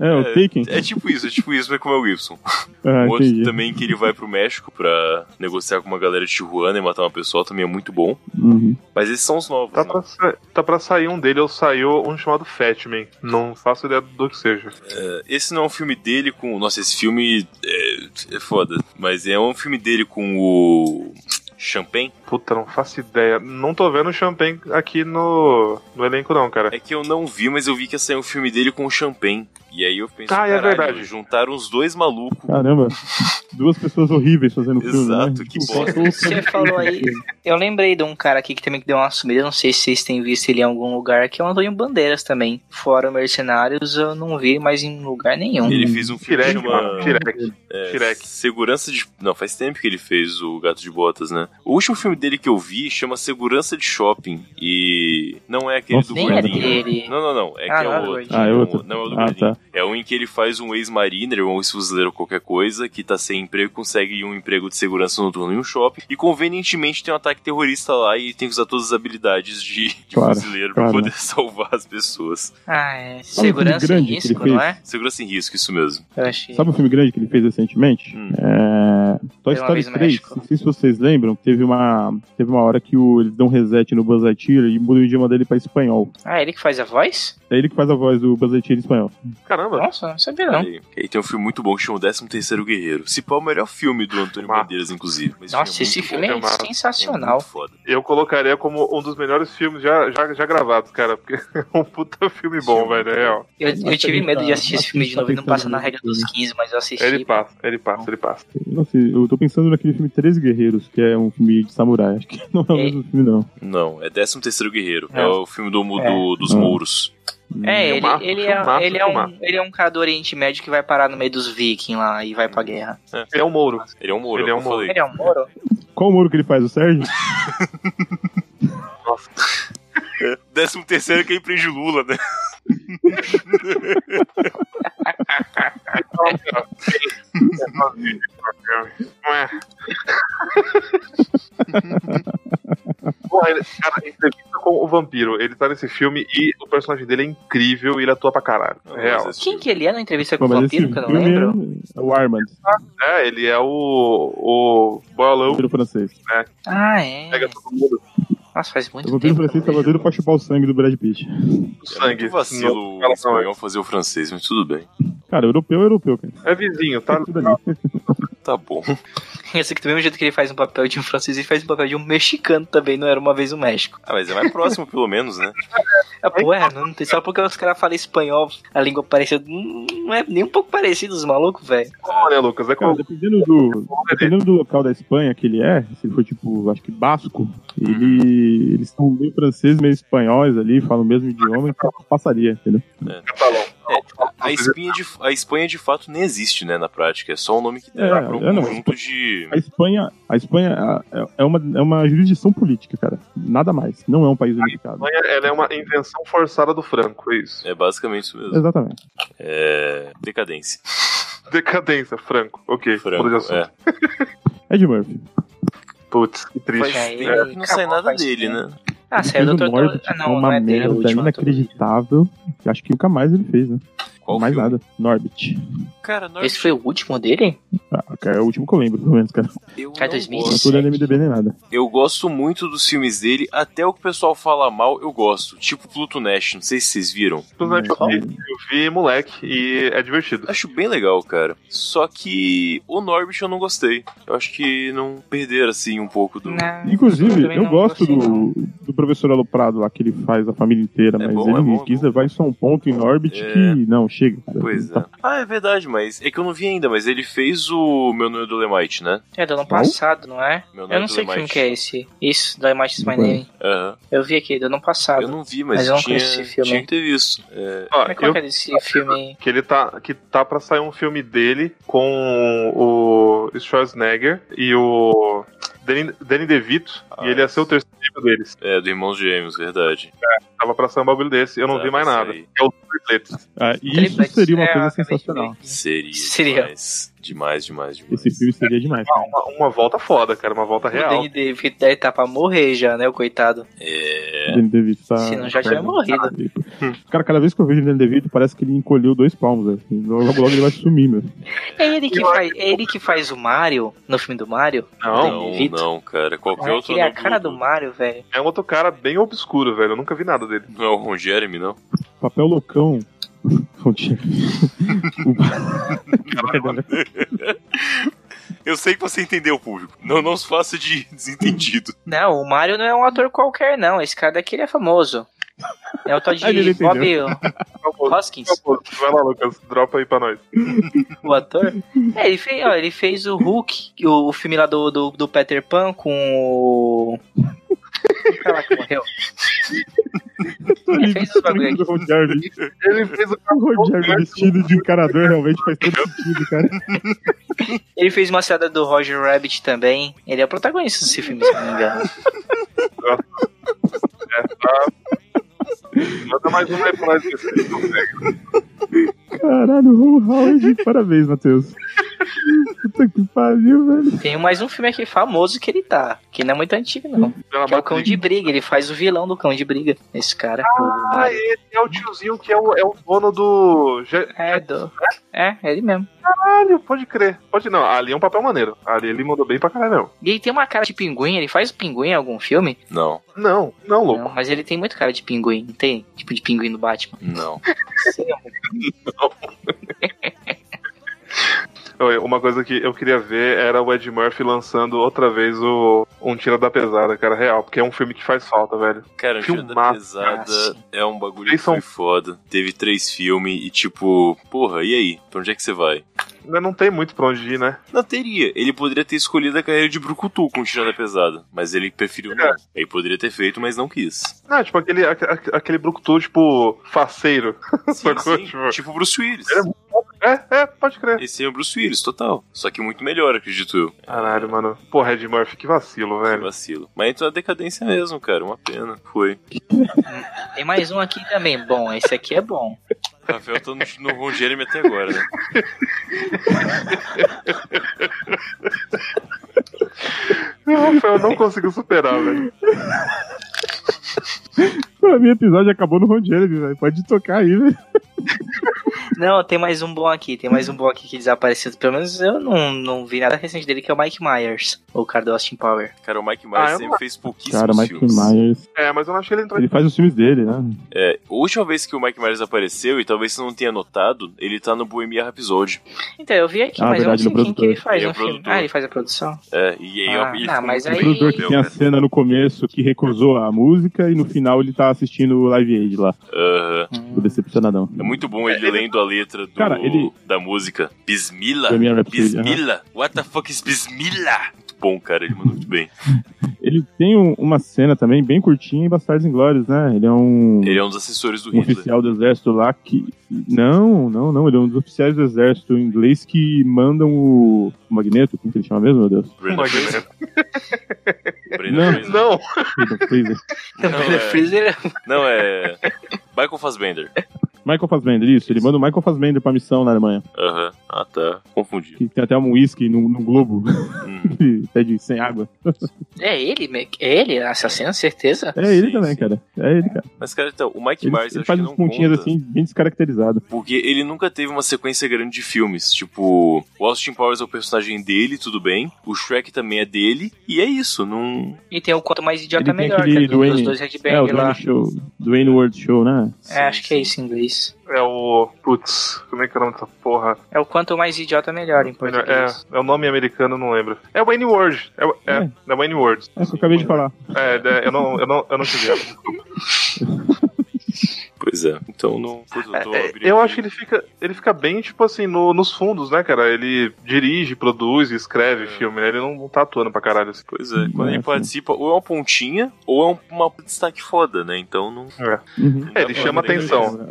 S2: É, o Taken?
S5: É tipo isso, é tipo isso, mas com o Mel Gibson.
S2: Ah,
S5: Um outro
S2: entendi.
S5: também que ele vai pro México pra negociar com uma galera de Tijuana e matar uma pessoa também é muito bom.
S2: Uhum.
S5: Mas esses são os novos.
S3: Tá
S5: né?
S3: pra, sa- tá pra sair um dele, ou saiu um chamado Fatman. Não faço ideia do que seja.
S5: Esse não é um filme dele com. Nossa, esse filme é, é foda. Mas é um filme dele com o. Champagne?
S3: Puta, não faço ideia. Não tô vendo o Champagne aqui no, no elenco, não, cara.
S5: É que eu não vi, mas eu vi que ia sair um filme dele com o Champagne. E aí eu pensei,
S3: Ah, é
S5: caralho,
S3: verdade.
S5: juntaram os dois malucos.
S2: Caramba, duas pessoas horríveis fazendo filme,
S5: Exato,
S2: né?
S5: que
S2: Tipo,
S5: bosta.
S2: faltou-
S4: Você falou aí. Eu lembrei de um cara aqui que também deu uma sumida. eu Não sei se vocês têm visto ele em algum lugar, que é o Antônio Bandeiras também. Fora o Mercenários, eu não vi mais em lugar nenhum.
S5: Ele fez um filme que
S3: Tirek,
S5: chama.
S3: mano. Tirek.
S5: É,
S3: Shrek.
S5: Segurança de. Não, faz tempo que ele fez o Gato de Botas, né? O último filme dele que eu vi chama Segurança de Shopping. E. Não é aquele
S2: Nossa,
S5: do
S4: Nem é
S5: gordinho.
S4: dele.
S5: Não, não, não. É
S4: Ah, não é
S5: que é
S4: do
S5: o outro.
S4: gordinho.
S2: Ah, é
S5: Não,
S2: outro?
S5: Não, é o do
S2: Ah,
S5: gordinho.
S2: tá.
S5: É um em que ele faz um ex-mariner ou um ex-fuzileiro ou qualquer coisa que tá sem emprego, consegue um emprego de segurança noturno em um shopping e convenientemente tem um ataque terrorista lá e tem que usar todas as habilidades de, de
S2: Claro,
S5: fuzileiro
S2: claro,
S5: pra
S2: né?
S5: poder salvar as pessoas.
S4: Ah, é. Segurança em
S2: grande que ele
S4: risco,
S2: fez.
S4: não é?
S5: Segurança em risco, isso mesmo.
S4: Eu achei.
S2: Sabe um filme grande que ele fez recentemente?
S5: Hum.
S2: É... Toy
S4: Pela
S2: Story
S4: vez no
S2: 3,
S4: México.
S2: não sei se vocês lembram, teve uma, teve uma hora que o... eles dão um reset no Buzz Lightyear e mudam o idioma dele pra espanhol.
S4: Ah, ele que faz a voz?
S2: É ele que faz a voz do Buzz Lightyear em espanhol.
S3: Caramba.
S4: Nossa, não sabia não.
S5: Aí, aí tem um filme muito bom que chama O 13 Terceiro Guerreiro. Se pá, é o melhor filme do Antônio
S3: Massa.
S5: Bandeiras, inclusive. Mas
S4: Nossa, esse filme é
S3: bom, é
S4: sensacional.
S5: É muito foda.
S3: Eu colocaria como um dos melhores filmes já, já, já gravados, cara. Porque é um puta filme bom, velho. É real.
S4: Eu, eu
S2: Nossa,
S4: tive
S2: ele
S4: medo de
S2: tá-
S4: assistir esse
S2: tá
S4: filme de novo e não
S2: pensando
S4: passa na
S2: nisso,
S4: regra dos
S2: né?
S4: 15, mas eu assisti.
S3: Ele passa, ele passa, ele passa.
S2: Nossa, eu tô pensando naquele filme Três Guerreiros, que é um filme de samurai. Acho que não é o
S4: É.
S2: mesmo filme, não.
S5: Não, é 13 Terceiro Guerreiro. É,
S4: É.
S5: o filme do, do-
S4: É.
S5: dos
S2: Hum.
S5: mouros.
S4: É, ele,
S3: Filmaço,
S4: ele, é,
S3: filmaço,
S4: ele, é um,
S3: filmaço.
S4: ele é um cara do Oriente Médio que vai parar no meio dos vikings lá e vai pra guerra.
S3: Ele é um Mouro.
S5: Ele é um Moro,
S3: Ele
S5: é
S3: é
S5: o
S3: um
S5: que eu falei.
S4: Ele é um moro?
S2: Qual o muro que ele faz, o Sérgio?
S5: Décimo terceiro é quem prende o Lula, né? é.
S3: Porra, ele, cara, entrevista com o vampiro. Ele tá nesse filme e o personagem dele é incrível e ele atua pra caralho. É real.
S4: Quem que ele é na entrevista com
S2: Pô,
S4: o
S2: mas
S4: vampiro,
S2: esse
S4: que eu não
S2: filme
S4: lembro?
S2: é- é o Armand,
S3: É, ele é o. o
S2: o
S3: Boiolão que
S2: vampiro francês.
S4: Ah, é.
S3: pega todo mundo
S4: Nossa, faz muito
S2: O vampiro é
S4: tempo. que eu
S2: francês
S4: não
S2: tava
S4: vejo.
S2: doido pra chupar o sangue do Brad Pitt.
S3: do
S5: É muito
S3: sangue. assim,
S5: vacilo
S3: Não,
S5: o
S3: não,
S5: espanhol fazer o francês, mas tudo bem.
S2: Cara, europeu é europeu, cara.
S3: É vizinho, tá?
S2: É tudo ali.
S5: Tá bom.
S4: Eu sei que do mesmo jeito que ele faz um papel de um francês, ele faz um papel de um mexicano também, não era uma vez o México.
S5: Ah, mas é mais próximo, pelo menos, né?
S4: Ah, pô, é, não tem só porque os caras falam espanhol, a língua parecida. hum, Não é nem um pouco parecido os malucos, velho.
S3: Não, né, Lucas? É
S2: Cara,
S3: com
S2: dependendo do,
S3: é dele.
S2: dependendo do local da Espanha que ele é, se ele for tipo, acho que basco, ele, eles são meio franceses, meio espanhóis ali, falam o mesmo idioma, então passaria, entendeu?
S3: catalão.
S5: A Espanha, de, a Espanha de fato nem existe, né, na prática. É só um nome que
S2: É,
S5: dá pra um
S2: é, não,
S5: conjunto de.
S2: A Espanha, a Espanha a- é- é uma, é uma jurisdição política, cara. Nada mais. Não é um país unificado.
S3: Espanha, Ela é uma invenção forçada do Franco, é isso.
S5: É basicamente isso mesmo.
S2: Exatamente.
S5: É. Decadência.
S3: Decadência, Franco. Ok,
S5: Franco.
S3: muda de assunto.
S5: É.
S2: Ed Murphy.
S3: Putz, que
S5: Faz
S3: triste.
S4: Aí,
S5: tempo é, que não sai
S4: é, acabou,
S5: nada
S4: faz
S5: dele,
S4: tempo.
S5: né?
S4: Ah,
S2: Ele
S4: saiu do
S2: fez um
S4: Dr.
S2: Norbit,
S4: Ah,
S2: que
S4: não,
S2: é
S4: não
S2: uma
S4: é dele. o
S2: merda
S4: último ator.
S2: inacreditável. que Acho que nunca mais ele fez, né?
S5: Qual
S2: mais
S5: filme?
S2: nada. Norbit.
S5: Cara, é Norbit,
S4: Esse foi o último dele?
S2: Ah, cara, é o último que eu lembro, pelo menos, cara.
S5: eu,
S4: Cara,
S5: não
S4: 2000.
S2: Não
S5: gosto.
S2: tô olhando MDB nem nada.
S5: eu gosto muito dos filmes dele, até o que o pessoal fala mal, eu gosto. Tipo Pluto Nash, não sei se vocês viram.
S3: Inclusive,
S5: Uhum.
S3: Eu vi moleque e é divertido.
S5: Acho bem legal, cara. Só que o Norbit eu não gostei. Eu acho que não perderam, assim, um pouco do.
S4: Não,
S2: Inclusive,
S4: também
S2: eu
S4: não
S2: gosto
S4: gostei, não.
S2: do, do professor Aloprado lá que ele faz a família inteira,
S5: É
S2: mas
S5: bom,
S2: ele
S5: é bom, é
S2: quis
S5: bom.
S2: levar isso a um ponto em Orbit
S5: É.
S2: que não, chega. Cara.
S5: Pois
S2: Tá
S5: é. Ah, é verdade, mas é que eu não vi ainda, mas ele fez o Meu Nome é Dolemite, né?
S4: É do ano passado, não é?
S5: Meu nome
S4: Eu não
S5: é
S4: sei que filme
S5: Dolemite.
S4: que é esse. Isso, do Image is My Name.
S5: Aham.
S4: Eu vi aqui, do ano
S5: Eu
S4: passado.
S5: não vi, mas,
S4: Mas eu não
S5: tinha,
S4: conheci esse filme.
S5: tinha que ter visto. É,
S3: Ó,
S4: Mas qual
S3: eu
S4: que é desse filme?
S3: que ele tá que tá para sair um filme dele com o Schwarzenegger e o Danny, Danny DeVito
S5: Ah,
S3: e ele ia ser o terceiro filme deles.
S5: é, do Irmãos Gêmeos, verdade.
S3: Tava pra sair um bagulho desse, eu não
S5: Tá,
S3: vi mais
S5: mas
S3: nada.
S5: aí
S3: É o tripleto.
S2: Ah, isso
S4: Triplex,
S2: seria uma
S4: é,
S2: coisa
S4: acabei de ver
S2: sensacional.
S4: aqui.
S5: Seria.
S4: Seria.
S5: Demais, demais, demais. demais.
S2: Esse filme seria demais.
S3: Uma, uma- uma volta foda, cara, uma volta
S4: O
S3: real.
S4: Danny DeVito deve tá pra morrer já, né, o coitado.
S5: É.
S2: Danny DeVito tá...
S4: Se não, já tinha
S2: tá-
S4: morrido.
S2: Cara, cada vez que eu vejo o Danny DeVito, parece que ele encolheu dois palmos. Assim. Logo, logo ele vai sumir, meu.
S4: É ele que, faz, é ele que faz o Mario, no filme do Mario.
S3: Não,
S5: Não,
S4: Evito?
S5: não, cara. Qualquer
S4: É,
S5: outro.
S4: ele é a
S5: não-
S4: cara do Mario, velho.
S3: é um outro cara bem obscuro, velho. Eu nunca vi nada dele.
S5: Não é o Ron Jeremy, não?
S2: Papel loucão. Fontinha. O-
S5: Eu sei que você entendeu o público. Não, não se faça de desentendido.
S4: Não, o Mario não é um ator qualquer, não. Esse cara daqui ele é famoso. É o tal de
S2: Ah, ele não
S4: Bob Hoskins,
S3: Vai lá, Lucas, dropa aí pra nós.
S4: o ator. É, ele fez, ó, ele fez o Hulk, o, o filme lá do, do, do Peter Pan com o. Olha lá que morreu. Ele fez os bagulho aqui.
S2: O Ron Jeremy.
S3: Ele fez o
S2: O Ron Jeremy vestido de encarador realmente faz todo sentido, cara.
S4: Ele fez uma cidade do Roger Rabbit também. Ele é o protagonista desse filme, se não me engano.
S3: Manda mais um aí pra nós.
S2: Caralho, Ron Howard. Parabéns, Matheus. Puta que pariu, velho.
S4: Tem mais um filme aqui famoso que ele tá. Que não é muito antigo, não.
S3: Pela
S4: Que é o Cão
S3: Matrix.
S4: de Briga. Ele faz o vilão do Cão de Briga. Esse cara.
S3: Ah, ele é o tiozinho que é o, é o dono do. Ge-
S4: É, do... é, é ele mesmo.
S3: Caralho, pode crer. Pode não. Ali é um papel maneiro. Ali ele mandou bem pra caralho mesmo.
S4: E ele tem uma cara de pinguim. Ele faz o pinguim em algum filme?
S5: Não,
S3: Não, não, louco.
S4: Não, mas ele tem muito cara de pinguim. Não tem? Tipo de pinguim do Batman.
S5: não.
S3: Oi, Uma coisa que eu queria ver era o Ed Murphy lançando outra vez o Um Tira da Pesada, cara, real. Porque é um filme que faz falta, velho.
S5: Cara, Filme da
S3: Filmaço.
S5: Pesada é um bagulho que
S3: Eles são-
S5: foi foda. Teve três filmes e, tipo, porra, e aí? Pra onde é que você vai?
S3: Ainda não tem muito pra onde ir, né?
S5: Não teria. Ele poderia ter escolhido a carreira de Brucutu com Tirada Pesada, mas ele preferiu
S3: É.
S5: não. Ele poderia ter feito, mas não quis.
S3: Não, tipo aquele, aque- aque- aquele brucutu, tipo, faceiro.
S5: Sim,
S3: Sacou?
S5: sim.
S3: Tipo,
S5: Tipo Bruce Willis.
S3: Ele É, é, pode crer.
S5: Esse é o Bruce Willis, total. Só que muito melhor, acredito eu.
S3: Caralho, mano. Porra, Ed Murphy, que vacilo,
S5: Que
S3: velho.
S5: vacilo. Mas entrou a decadência mesmo, cara. Uma pena. Foi.
S4: Tem mais um aqui também. Bom, esse aqui é bom.
S5: Rafael tá no, no Ron Jeremy até agora, né?
S3: O Rafael não conseguiu superar, velho.
S2: Pra mim, o episódio acabou no Ron Jeremy, velho. Pode tocar aí, velho.
S4: Não, tem mais um bom aqui. Tem mais um bom aqui que desapareceu. Pelo menos eu não, não vi nada recente dele, que é o Mike Myers. O cara do Austin Power.
S5: Cara, o Mike Myers
S3: Ah, eu
S5: sempre
S3: não-
S5: fez pouquíssimos
S2: Cara, Mike
S5: filmes.
S2: Myers.
S3: É, mas eu não acho que ele entrou
S2: Ele faz os filmes dele, né?
S5: É, a última vez que o Mike Myers apareceu, e talvez você não tenha notado, ele tá no Bohemian Rhapsody.
S4: Então, eu vi aqui,
S2: Ah,
S4: mas
S2: verdade,
S4: eu
S2: ele
S4: não
S2: é
S4: sei quem que ele faz
S5: Ele é
S4: no filme.
S5: produtor.
S4: Ah, ele faz a produção?
S5: É, e aí
S4: Ah,
S5: ele
S4: não,
S5: ficou
S4: mas
S5: muito
S4: aí-
S2: O produtor que
S5: entendeu,
S2: tem a
S5: cara.
S2: cena no começo que recusou a música e no final ele tá assistindo o Live Aid lá.
S5: Aham.
S2: Tô decepcionadão.
S5: É muito bom ele lendo a letra do-
S2: Cara, ele-
S5: da música. Bismillah.
S2: Bohemian Rhapsody,
S5: Bismillah. What the fuck is Bismillah? Muito bom, cara. Ele mandou muito bem.
S2: Ele tem um- uma cena também bem curtinha em Bastardos Inglórios, né? Ele é um,
S5: Ele é um dos assessores do
S2: um
S5: Hitler.
S2: oficial do exército lá que... Não, não, não. Ele é um dos oficiais do exército inglês que mandam o... o Magneto? Como que ele chama mesmo, meu Deus?
S5: Brenda
S3: Magneto.
S5: Fraser.
S2: Não.
S5: Brenda Fraser.
S3: Não,
S2: Freedom é um Freezer.
S4: Não,
S5: Não, é.
S4: Freezer
S5: Não, é. Michael Fassbender.
S2: Michael Fassbender, isso. Ele manda o Michael Fassbender pra missão na Alemanha.
S5: Aham. Ah, tá. Confundi.
S2: Que tem até um uísque no, no globo.
S5: Hum.
S2: até de sem água.
S4: É ele? me- É ele? Assassino, certeza?
S2: É ele
S5: Sim,
S2: também,
S5: sim.
S2: cara. É ele, cara.
S5: Mas, cara, então, o Mike
S2: Ele,
S5: Myers
S2: ele
S5: acho que
S2: faz uns
S5: não
S2: pontinhos
S5: conta.
S2: assim, bem descaracterizado.
S5: Porque ele nunca teve uma sequência grande de filmes. Tipo, o Austin Powers é o personagem dele, tudo bem. O Shrek também é dele. E é isso. Não.
S4: E tem o quanto mais idiota
S2: Ele tem
S4: melhor, que
S2: aquele
S4: é do- dos
S2: Dwayne-
S4: dois Red
S2: É, o
S4: Bang
S2: Dwayne
S4: lá.
S2: Show. Dwayne World Show, né?
S4: É, acho que é isso em inglês.
S3: é o o. Putz, como é que é o nome dessa porra?
S4: É o quanto mais idiota, melhor em
S3: Melhor-
S4: português.
S3: é, é o nome americano, não lembro. É Wayne Word. É, é,
S2: É.
S3: é Wayne Word.
S2: É isso que eu acabei de falar.
S3: É, é, eu não, eu não, eu não tive ela.
S5: Pois é. Então não. putz, eu tô
S3: É,
S5: abrindo
S3: eu
S5: aqui.
S3: acho que ele fica, ele fica bem, tipo assim, no- nos fundos, né, cara? Ele dirige, produz, e escreve filme, né? Ele não, não tá atuando pra caralho assim.
S5: Pois é, quando ele
S2: Nossa.
S5: participa, ou é uma pontinha, ou é um uma destaque foda, né? Então não.
S2: Uhum.
S5: não
S3: É,
S5: dá
S3: ele
S5: pra
S3: chama
S5: ver.
S3: atenção.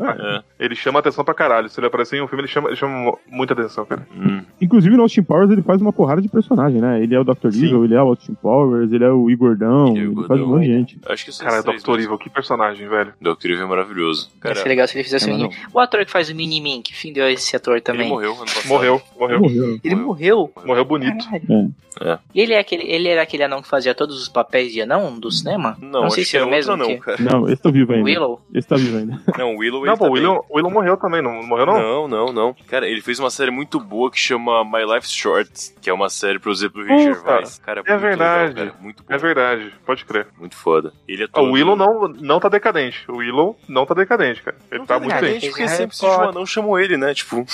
S5: É.
S3: Ele chama atenção pra caralho. Se ele aparecer em um filme, ele chama, ele chama muita atenção, cara.
S5: Hum.
S2: Inclusive no Austin Powers ele faz uma porrada de personagem, né? Ele é o Dr. Evil, ele é o Austin Powers, ele é o Igordão,
S5: Ele
S2: ele,
S5: é o
S2: faz um
S5: Igordão.
S2: monte de gente.
S5: Acho que são
S3: Cara,
S5: os três
S3: Dr.
S5: mesmo.
S3: Evil, que personagem, velho.
S5: Dr. Evil é maravilhoso.
S4: Ia ser
S5: Cara,
S4: legal se ele fizesse
S2: Não,
S4: o
S2: É, não.
S4: Mini. O ator que faz o Miniman, que fim deu a esse ator
S5: ele
S4: também?
S5: morreu ano passado.
S3: Morreu, morreu.
S2: Morreu.
S4: Ele morreu?
S3: Morreu bonito.
S4: Caralho.
S5: É.
S4: E ele, é aquele, ele era aquele anão que fazia todos os papéis de anão do cinema?
S5: Não,
S4: sei se
S5: acho que é
S4: era o mesmo.
S5: outro não,
S4: que-
S5: cara.
S2: Não, esse tá vivo ainda.
S4: Willow?
S2: Esse tá vivo ainda.
S5: Não, o Willow ele
S3: Não, pô,
S5: tá
S3: o é William, o William morreu também, não não morreu não?
S5: Não, não, não. Cara, ele fez uma série muito boa que chama My Life's Short, que é uma série produzida pelo Richard
S3: cara.
S5: Weiss. Cara,
S3: É
S5: muito
S3: verdade.
S5: legal, cara. Muito bom.
S3: É verdade, pode crer.
S5: Muito foda. Ele
S3: Ah,
S5: atua.
S3: o Willow não, não tá decadente. O Willow não tá decadente, cara. Ele
S5: Não
S3: tá
S5: tá
S3: muito
S5: decadente,
S3: bem.
S4: bem.
S5: Porque
S4: Ele é
S5: sempre se de um
S4: foda.
S5: anão chamam ele, né? Tipo,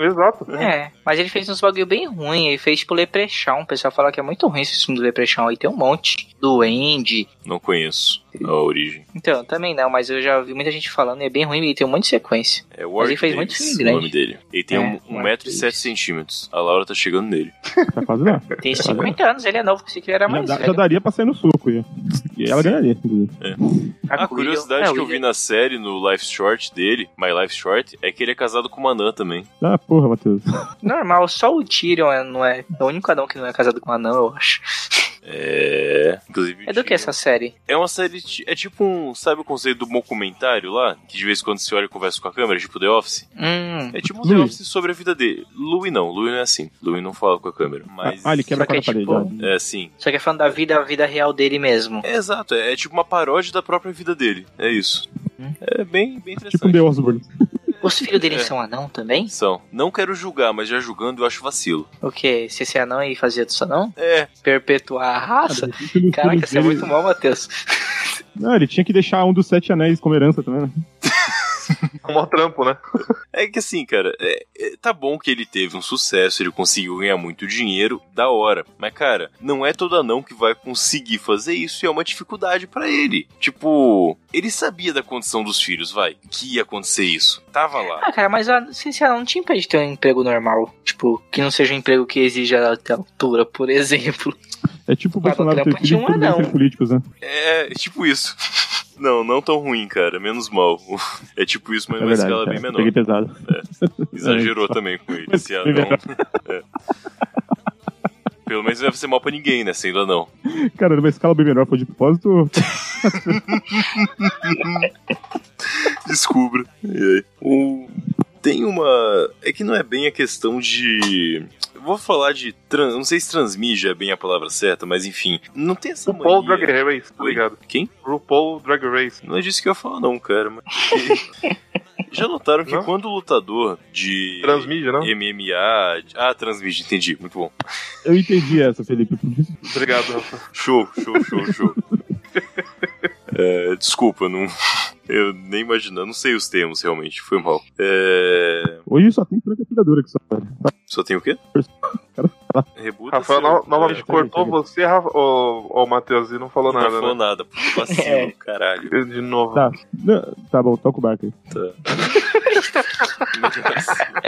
S3: Exato.
S4: É, mas ele fez uns bagulho bem ruim. Ele fez tipo Leprechaun. O pessoal fala que é muito ruim esse filme do Leprechaun. Aí tem um monte. Duende.
S5: não conheço a origem.
S4: Então, também não, mas eu já vi muita gente falando. E é bem ruim e tem um monte de sequência.
S5: É
S4: Mas
S5: Warwick
S4: ele fez muito
S5: Davis,
S4: filme grande.
S5: o nome dele. Ele tem
S4: É,
S5: um
S4: Warwick
S5: 1,7m. A Laura tá chegando nele.
S2: Tá quase lá.
S4: Tem 50 anos, ele é novo, pensei que ele era
S2: Já,
S4: mais
S2: dá- já
S4: velho.
S2: daria pra sair no soco já. E ela ganharia, inclusive.
S5: A
S4: Willow-
S5: curiosidade
S4: é,
S5: que eu vi
S4: Willow-
S5: na série, no Life Short dele, My Life Short, é que ele é casado com uma anã também.
S2: Ah, porra, Matheus.
S4: Normal, só o Tyrion é, não é. É o único anão que não é casado com um anão, eu acho.
S5: É. Inclusive.
S4: É do que
S5: tinha-
S4: essa série?
S5: É uma série. ti- É tipo um. Sabe o conceito do documentário lá? Que de vez em quando você olha e conversa com a câmera, tipo The Office?
S4: Hum.
S5: É tipo um
S2: Louis.
S5: The Office sobre a vida dele. Louis não, Louis não é assim. Louis não fala com a câmera. Mas.
S2: Ah, ele quebra a
S4: Só que é
S2: quarta parede.
S4: tipo-
S2: ó.
S5: É assim.
S4: Só que é falando da vida, a vida real dele mesmo.
S5: É exato, é, é tipo uma paródia da própria vida dele. É isso. É bem, bem interessante.
S2: Hum. Tipo um The Osborne.
S4: Os filhos dele
S5: É.
S4: são anão também?
S5: São. Não quero julgar, mas já julgando eu acho vacilo.
S4: O quê? Se ser anão e fazer outro anão?
S5: É,
S4: Perpetuar a raça?
S2: Filho-
S4: Caraca,
S2: filho
S4: você é
S2: dele-
S4: muito mal, Matheus.
S2: Não, ele tinha que deixar um dos sete anéis como herança também, né?
S3: É um maior trampo, né?
S5: é que assim, cara, é- é- tá bom que ele teve um sucesso, ele conseguiu ganhar muito dinheiro, da hora. Mas, cara, não é todo anão que vai conseguir fazer isso e é uma dificuldade pra ele. Tipo, ele sabia da condição dos filhos, vai, que ia acontecer isso. Tava lá.
S4: Ah, cara, mas a, sem ser anão não te impede de ter um emprego normal. Tipo, que não seja um emprego que exija até altura, por exemplo.
S2: É tipo o
S4: Mas
S2: Bolsonaro
S4: Trump
S2: ter filho
S4: tinha um
S2: e todos eles
S4: anão.
S2: serem políticos, né?
S5: É, tipo isso. Não, não tão ruim, cara. Menos mal. É tipo isso, mas
S2: É
S5: numa
S2: verdade,
S5: escala bem
S2: cara.
S5: menor. É.
S2: Peguei pesado.
S5: Exagerou também com ele, esse
S2: Foi
S5: anão.
S2: verdade.
S5: É. Pelo menos não deve ser mal pra ninguém, né? Sendo anão.
S2: Cara, numa escala bem menor, foi de propósito.
S5: Descubra. E aí? O... Um, Tem uma. É que não é bem a questão de. Eu vou falar de. Trans... Não sei se transmídia é bem a palavra certa, mas enfim. Não tem essa
S3: RuPaul Drag
S5: mania.
S3: Race, tá
S5: Oi?
S3: ligado?
S5: Quem?
S3: RuPaul Drag Race.
S5: Não é disso que eu ia falar, não, cara. Mas... Já notaram que
S3: Não?
S5: quando o lutador de.
S3: Transmídia, não?
S5: MMA. Ah, transmídia, entendi. Muito bom.
S2: Eu entendi essa, Felipe.
S3: Obrigado, Rafa.
S5: Show, show, show, show. É, desculpa, eu não. Eu nem imagino, eu não sei os termos realmente, foi mal. É,
S2: Hoje só tem franca tiradora que só.
S5: Só tem o quê? Rebuta.
S3: Rafael
S5: seu-
S3: no- novamente
S2: tá bem,
S5: É,
S3: cortou
S2: tá bem.
S3: você, Rafa. Ô, ô, Matheus, e não falou
S5: Não
S3: nada,
S5: falou
S3: né?
S5: nada, puto vacilo,
S4: É.
S5: caralho.
S3: De novo.
S2: Tá. Não, Tá bom, toca o barco aí.
S5: Muito vacilo.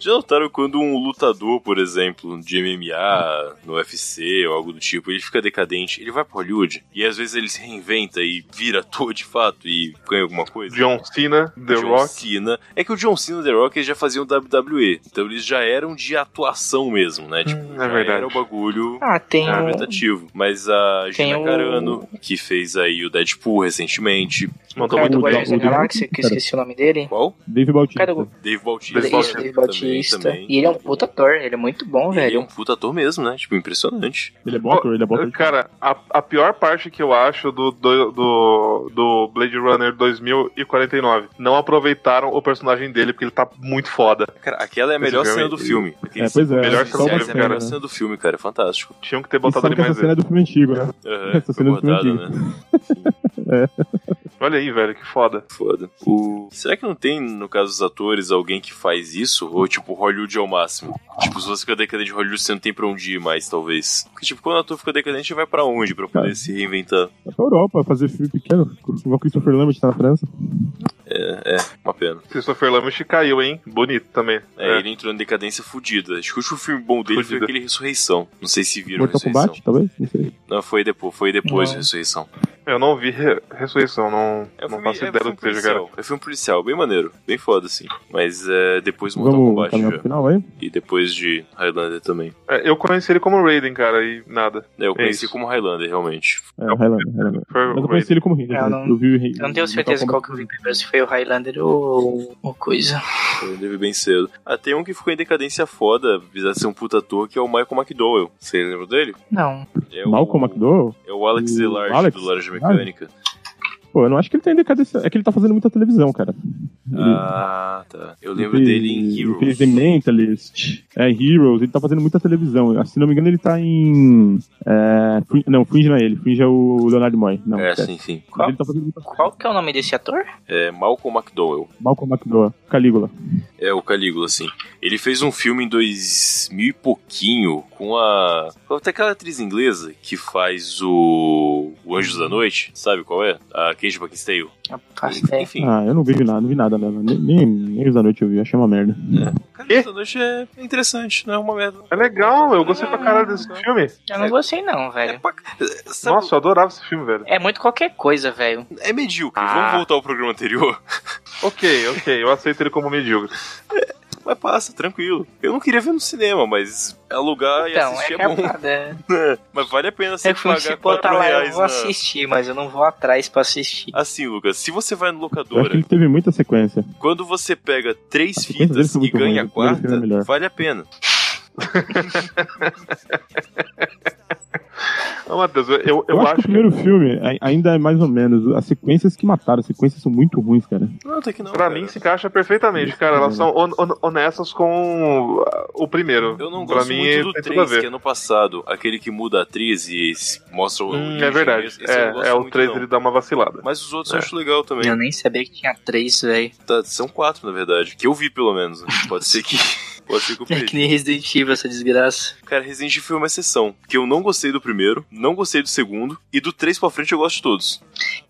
S5: Já notaram quando um lutador, por exemplo, de MMA, no UFC ou algo do tipo, ele fica decadente, ele vai pra Hollywood e às vezes ele se reinventa e vira ator de fato e ganha alguma coisa?
S3: John Cena, The
S5: John
S3: Rock.
S5: Cena. É que o John Cena e o The Rock eles já faziam WWE. Então eles já eram de atuação mesmo, né? Tipo,
S3: Hum, é
S5: já
S3: verdade.
S5: era o bagulho
S4: Ah, tem. o-
S5: interpretativo. É Mas a
S4: Tem
S5: Gina
S4: o-
S5: Carano, que fez aí o Deadpool recentemente.
S3: Não
S4: o
S3: tô
S4: cara do
S2: Cara,
S3: muito bem.
S4: Guardiões da
S2: o-
S4: Galáxia, que eu esqueci o nome dele.
S5: Qual?
S2: Dave
S4: O
S2: Bautista.
S4: cara do
S5: Dave Bautista.
S4: Dave Bautista. Dave Bautista.
S5: Também, também.
S4: E ele é um puta ator, ele é muito bom,
S5: Ele é
S4: velho.
S5: um puta ator mesmo, né? Tipo, impressionante.
S2: Ele é bom ator, ele é bom ator.
S3: Cara, a, a pior parte que eu acho do, do, do, do Blade Runner 2049, não aproveitaram o personagem dele, porque ele tá muito foda.
S5: Cara, aquela é a melhor
S3: Esse
S5: cena
S3: filme-
S5: do filme. Aquele
S2: É, pois é, né?
S3: melhor
S5: essa
S3: só uma
S5: é a melhor
S2: cena,
S5: cena do filme, cara. É fantástico.
S3: Tinham que ter
S2: E
S3: botado
S2: sabe
S3: ele
S2: é que essa
S3: mais
S2: cena é
S3: vezes.
S2: do filme antigo, né?
S5: Aham,
S2: Essa
S5: foi
S2: cena é do filme
S5: bordada, né?
S3: Olha aí, velho, que foda.
S5: Foda. O... Será que não tem, no caso dos atores, alguém que faz isso? Ou, tipo, Hollywood é o máximo? Tipo, se você fica decadente de Hollywood, você não tem pra onde ir mais, talvez. Porque, tipo, quando o ator fica decadente, vai pra onde pra poder
S2: Cara.
S5: se reinventar?
S2: Vai É pra Europa fazer filme pequeno. O Christopher Lambert tá na França.
S5: É, é, uma pena.
S3: Christopher Lambert caiu, hein? Bonito também.
S5: É, ele entrou na decadência fudida. Acho que o último filme bom dele foi
S3: Fudida.
S5: aquele Ressurreição. Não sei se viram
S2: Mortal
S5: Ressurreição.
S2: Kombat, talvez? Não sei.
S5: Não, foi depois, foi depois
S4: Não.
S5: Ressurreição.
S3: Eu não vi Re- Ressurreição, não,
S5: É
S3: não
S5: um filme,
S3: faço
S5: é um
S3: ideia
S5: filme
S3: do que seja, cara.
S5: policial. É um filme policial, bem maneiro. Bem foda, assim. Mas é, depois Mortal
S2: Vamos
S5: Kombat
S2: caminhar
S5: já.
S2: pro final É, aí?
S5: E depois de Highlander também.
S3: É, eu conheci ele como Raiden, cara, e nada.
S5: É, Eu
S3: É
S5: conheci
S3: isso.
S5: como Highlander, realmente.
S2: É, Highlander, Highlander. Mas
S3: Foi
S2: eu
S3: o
S2: conheci
S3: Raiden.
S2: ele como Hitler.
S4: É, Eu
S2: né?
S4: não-
S2: vi o Hitler
S4: Eu não tenho
S2: no
S4: certeza
S2: Mortal
S4: qual que eu vi primeiro, se foi o Highlander ou, ou coisa.
S5: Highlander vi um bem cedo. Ah, tem um que ficou em decadência foda, apesar de ser um puta ator, que é o Michael McDowell. Você lembra dele?
S4: Não.
S5: É
S2: Kombat. Malcolm McDowell?
S5: É o Alex
S2: O
S5: Delarge,
S2: Alex?
S5: do Laranja Mecânica.
S2: Pô, eu não acho que ele tem decadência. É que ele tá fazendo muita televisão, cara.
S5: Ah, tá. Eu lembro
S2: Ele-
S5: dele em
S2: ele fez
S5: Heroes.
S2: The Mentalist. É, Heroes. Ele tá fazendo muita televisão. Se não me engano, ele tá em. é, Fringe- não, Fringe não é ele. Fringe é o Leonardo Moy. Não,
S5: É,
S2: esquece.
S5: sim, sim.
S2: Mas Ele tá fazendo muita...
S4: Qual que é o nome desse ator?
S5: É Malcolm McDowell.
S2: Malcolm McDowell, Calígula.
S5: É, o Calígula, sim. Ele fez um filme em 2000 e pouquinho com a. com até aquela atriz inglesa que faz o. O Anjos da Noite, sabe qual é? A Kate Beckinsale.
S4: Rapaz,
S5: Ele-
S4: é.
S5: Enfim,
S2: Ah, eu não vi nada, não vi nada dela. Nem, nem, nem os da noite eu vi, achei uma merda.
S5: cara, Anjos da Noite é interessante, não é uma merda.
S3: É legal, eu gostei
S5: Ah,
S3: pra caralho desse filme.
S4: Eu não gostei não,
S5: É,
S4: velho.
S5: pra... é, sabe,
S3: Nossa, eu adorava esse filme, velho.
S4: É muito qualquer coisa, velho.
S5: é medíocre.
S3: Ah.
S5: Vamos voltar ao programa anterior.
S3: Ok, ok, eu aceito ele como medíocre.
S5: Mas passa, tranquilo. Eu não queria ver no cinema, mas alugar e
S4: Então, é
S5: assistir é, bom.
S4: capaz. É.
S5: Mas vale a pena você
S4: Se filme se
S5: pagar 4
S4: botar lá, eu
S5: reais.
S4: vou
S5: na-
S4: assistir, mas eu não vou atrás pra assistir.
S5: Assim, Lucas, se você vai no
S2: Eu acho que
S5: locadora
S2: ele teve muita sequência.
S5: Quando você pega três
S2: As sequências dele
S5: fitas
S2: são
S5: e
S2: é muito
S5: ganha a
S2: ruins, o primeiro filme é
S5: quarta,
S2: melhor.
S5: vale a pena.
S3: Não, Matheus, eu, eu,
S2: Eu, acho, que o primeiro filme ai- ainda é mais ou menos. As sequências que mataram, as sequências são muito ruins, cara.
S5: Não, até que não.
S3: Pra
S5: cara.
S3: mim se encaixa perfeitamente, cara. Elas são on- on- honestas com ah, o primeiro.
S5: Eu não
S3: pra
S5: gosto
S3: mim,
S5: muito do
S3: tem tudo
S5: 3,
S3: a ver.
S5: que é no passado, aquele que muda a atriz e se mostra
S3: Hum,
S5: o.
S3: é
S5: origem
S3: verdade.
S5: mesmo. Esse eu não gosto
S3: É, é o
S5: muito,
S3: 3
S5: não.
S3: ele dá uma vacilada.
S5: Mas os outros
S3: É.
S5: eu acho legal também.
S4: Eu nem sabia que tinha três, velho.
S5: Tá, são quatro, na verdade. Que eu vi, pelo menos. Pode ser que. Pode ser que eu
S4: É que
S5: perdi.
S4: nem Resident Evil essa desgraça.
S5: Cara, Resident Evil foi uma exceção. Que eu não gostei do primeiro, não gostei do segundo, e do três pra frente eu gosto de todos.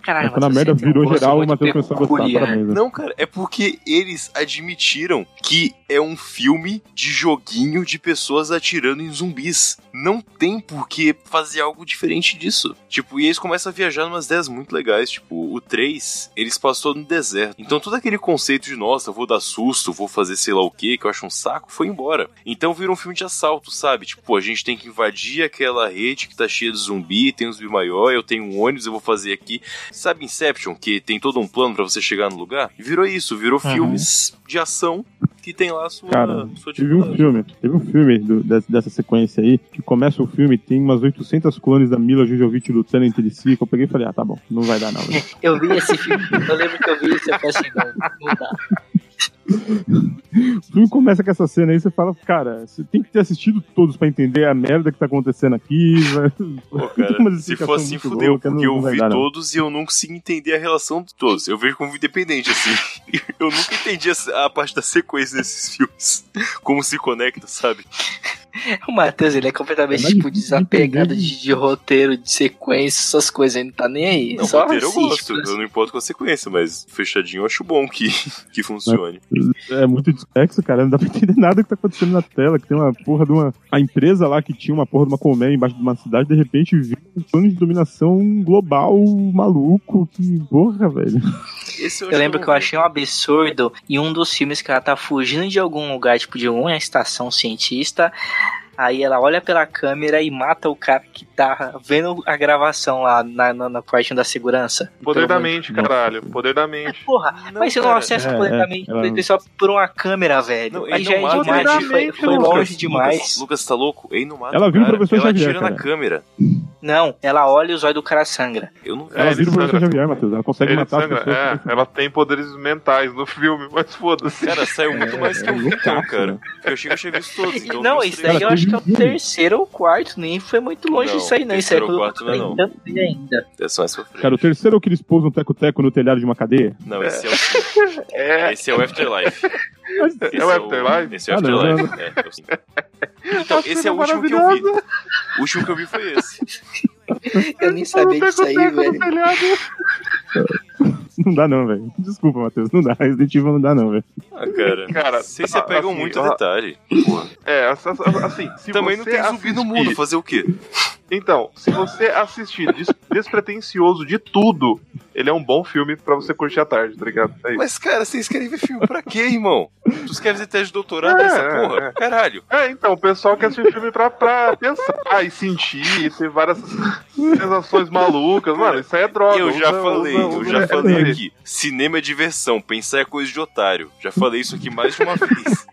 S4: Caralho,
S2: É Quando a
S4: Matheus,
S2: merda
S4: você tem um
S2: virou
S4: gosto
S2: geral, o
S4: muito
S2: Matheus começou a gostar.
S4: peculiar.
S2: Parabéns. né?
S5: Não, cara, é porque eles admitiram que é um filme de joguinho de pessoas atirando em zumbis. Não tem por que fazer algo diferente disso. Tipo, e eles começam a viajar numas ideias muito legais. Tipo, o 3, eles passou no deserto. Então todo aquele conceito de, nossa, eu vou dar susto, vou fazer sei lá o que, que eu acho um saco, foi embora. Então vira um filme de assalto, sabe? Tipo, a gente tem que invadir aquela rede que tá cheia de zumbi, tem um zumbi maior, eu tenho um ônibus, eu vou fazer aqui. Sabe Inception, que tem todo um plano pra você chegar no lugar? Virou isso, virou
S4: Uhum.
S5: filmes de ação que tem lá a sua,
S2: Cara,
S5: sua
S2: Teve um
S5: dificuldade.
S2: filme, teve um filme do- dessa, dessa sequência aí, que começa o filme e tem umas 800 clones da Mila Jojovic lutando entre si, que eu peguei e falei, ah, tá bom, não vai dar não. velho.
S4: Eu vi esse filme, eu lembro que eu vi isso, eu falei assim, não, não dá.
S2: o filme começa com essa cena aí, você fala, cara, você tem que ter assistido todos pra entender a merda que tá acontecendo aqui, vai-
S5: Pô,
S2: tem uma
S5: cara, se
S2: explicação
S5: for assim,
S2: é muito
S5: fudeu,
S2: louca,
S5: porque
S2: não-
S5: eu
S2: não vai
S5: vi
S2: dar, não.
S5: todos e eu não consegui entender a relação de todos. Eu vejo como independente, assim. Eu nunca entendi a, a parte da sequência desses filmes. Como se conecta, sabe?
S4: O Matheus, ele é completamente,
S2: Caralho,
S4: tipo, desapegado
S2: entendi.
S4: de, de roteiro, de sequência, essas coisas, ele não tá nem aí.
S5: Não,
S4: Só
S5: roteiro eu
S4: assiste, tipo,
S5: gosto,
S4: mas-
S5: eu não importo com a sequência, mas fechadinho eu acho bom que, que funcione.
S2: É muito displexo, cara. Não dá pra entender nada que tá acontecendo na tela. Que tem uma porra de uma. A empresa lá que tinha uma porra de uma colmeia embaixo de uma cidade, de repente vira um plano de dominação global maluco. Que porra, velho.
S5: Esse
S4: Eu lembro
S5: não
S4: que eu
S5: vi.
S4: achei um absurdo em um dos filmes que ela tá fugindo de algum lugar, tipo de uma estação cientista. Aí ela olha pela câmera e mata o cara que tá vendo a gravação lá na, na, na parte da segurança.
S3: Poder da
S4: Então,
S3: mente,
S2: Nossa.
S3: caralho. Poder da mente.
S4: Porra, mas você não
S5: cara.
S4: acessa
S2: É,
S4: o poder
S2: é,
S4: da mente
S2: ela-
S4: do pessoal por uma câmera, velho.
S5: Não,
S4: Aí
S5: ele
S4: já é
S5: não mata,
S4: demais,
S5: ele
S4: foi,
S3: atira.
S4: foi
S3: Lucas,
S4: longe
S5: Lucas,
S4: demais.
S5: Lucas tá louco? Ei, não mata
S2: Ela viu o
S5: cara.
S2: professor
S5: Ela
S2: Xavier,
S5: atira na
S2: cara.
S5: câmera.
S4: Não, ela olha e os olhos do cara sangra.
S5: Eu não sangram.
S3: É,
S2: Ela
S3: ele
S2: vira o professor
S3: sangra.
S2: Xavier, Matheus. Ela consegue
S3: Ele
S2: matar as
S3: sangra.
S2: pessoas.
S3: É, ela tem poderes mentais no filme, mas foda-se.
S5: Cara, saiu muito mais que
S2: é
S5: o Então,
S2: loucaço,
S5: cara.
S2: né?
S5: Eu achei que eu achei visto todos. Então
S4: não,
S5: vi os
S4: isso
S5: três.
S4: daí eu
S2: Cara,
S4: acho que é o
S2: teve um.
S4: terceiro ou quarto, nem foi muito longe
S5: Não,
S4: disso aí, não. Isso aí
S5: terceiro ou quarto não é não.
S4: tanto bem ainda.
S5: É só mais pra frente.
S2: Cara, o terceiro é o que eles pousam teco-teco no telhado de uma cadeia.
S5: Não, esse é o cinco.
S3: É,
S5: Esse é o Afterlife.
S2: Mas-
S5: Esse
S3: É o Afterlife?
S5: Esse é o
S2: Ah, não,
S5: Afterlife. É, é o cinco. Então,
S3: Nossa,
S5: esse é
S3: cena
S5: o último que eu vi. O último que eu vi foi esse.
S4: Eu nem sabia disso aí, tá velho.
S2: Não dá não, velho. Desculpa, Matheus. Não dá. Resident Evil não dá não, velho.
S5: Ah, cara.
S3: Cara,
S5: Vocês
S3: tá,
S5: se apegam
S3: assim,
S5: muito
S3: ó.
S5: a detalhe.
S3: É, ass- ass- assim, se
S5: Também não
S3: você
S5: tem zumbi no mundo.
S3: assistir-
S5: Fazer o quê?
S3: Então, se você assistir des- despretensioso de tudo, ele é um bom filme pra você curtir à tarde, tá ligado? É isso.
S5: Mas, cara, vocês querem ver filme pra quê, irmão? Tu quer fazer teste de doutorado
S3: É,
S5: nessa
S3: é,
S5: porra? Caralho.
S3: É, então, o pessoal quer assistir filme pra, pra pensar e sentir, e ter várias sensações malucas. Mano, isso aí é droga.
S5: Eu já
S3: usa-
S5: falei,
S3: usa-
S5: eu
S3: usa-
S5: já
S3: é,
S5: falei
S3: é,
S5: aqui. Cinema é diversão, pensar é coisa de otário. Já falei isso aqui mais de uma vez.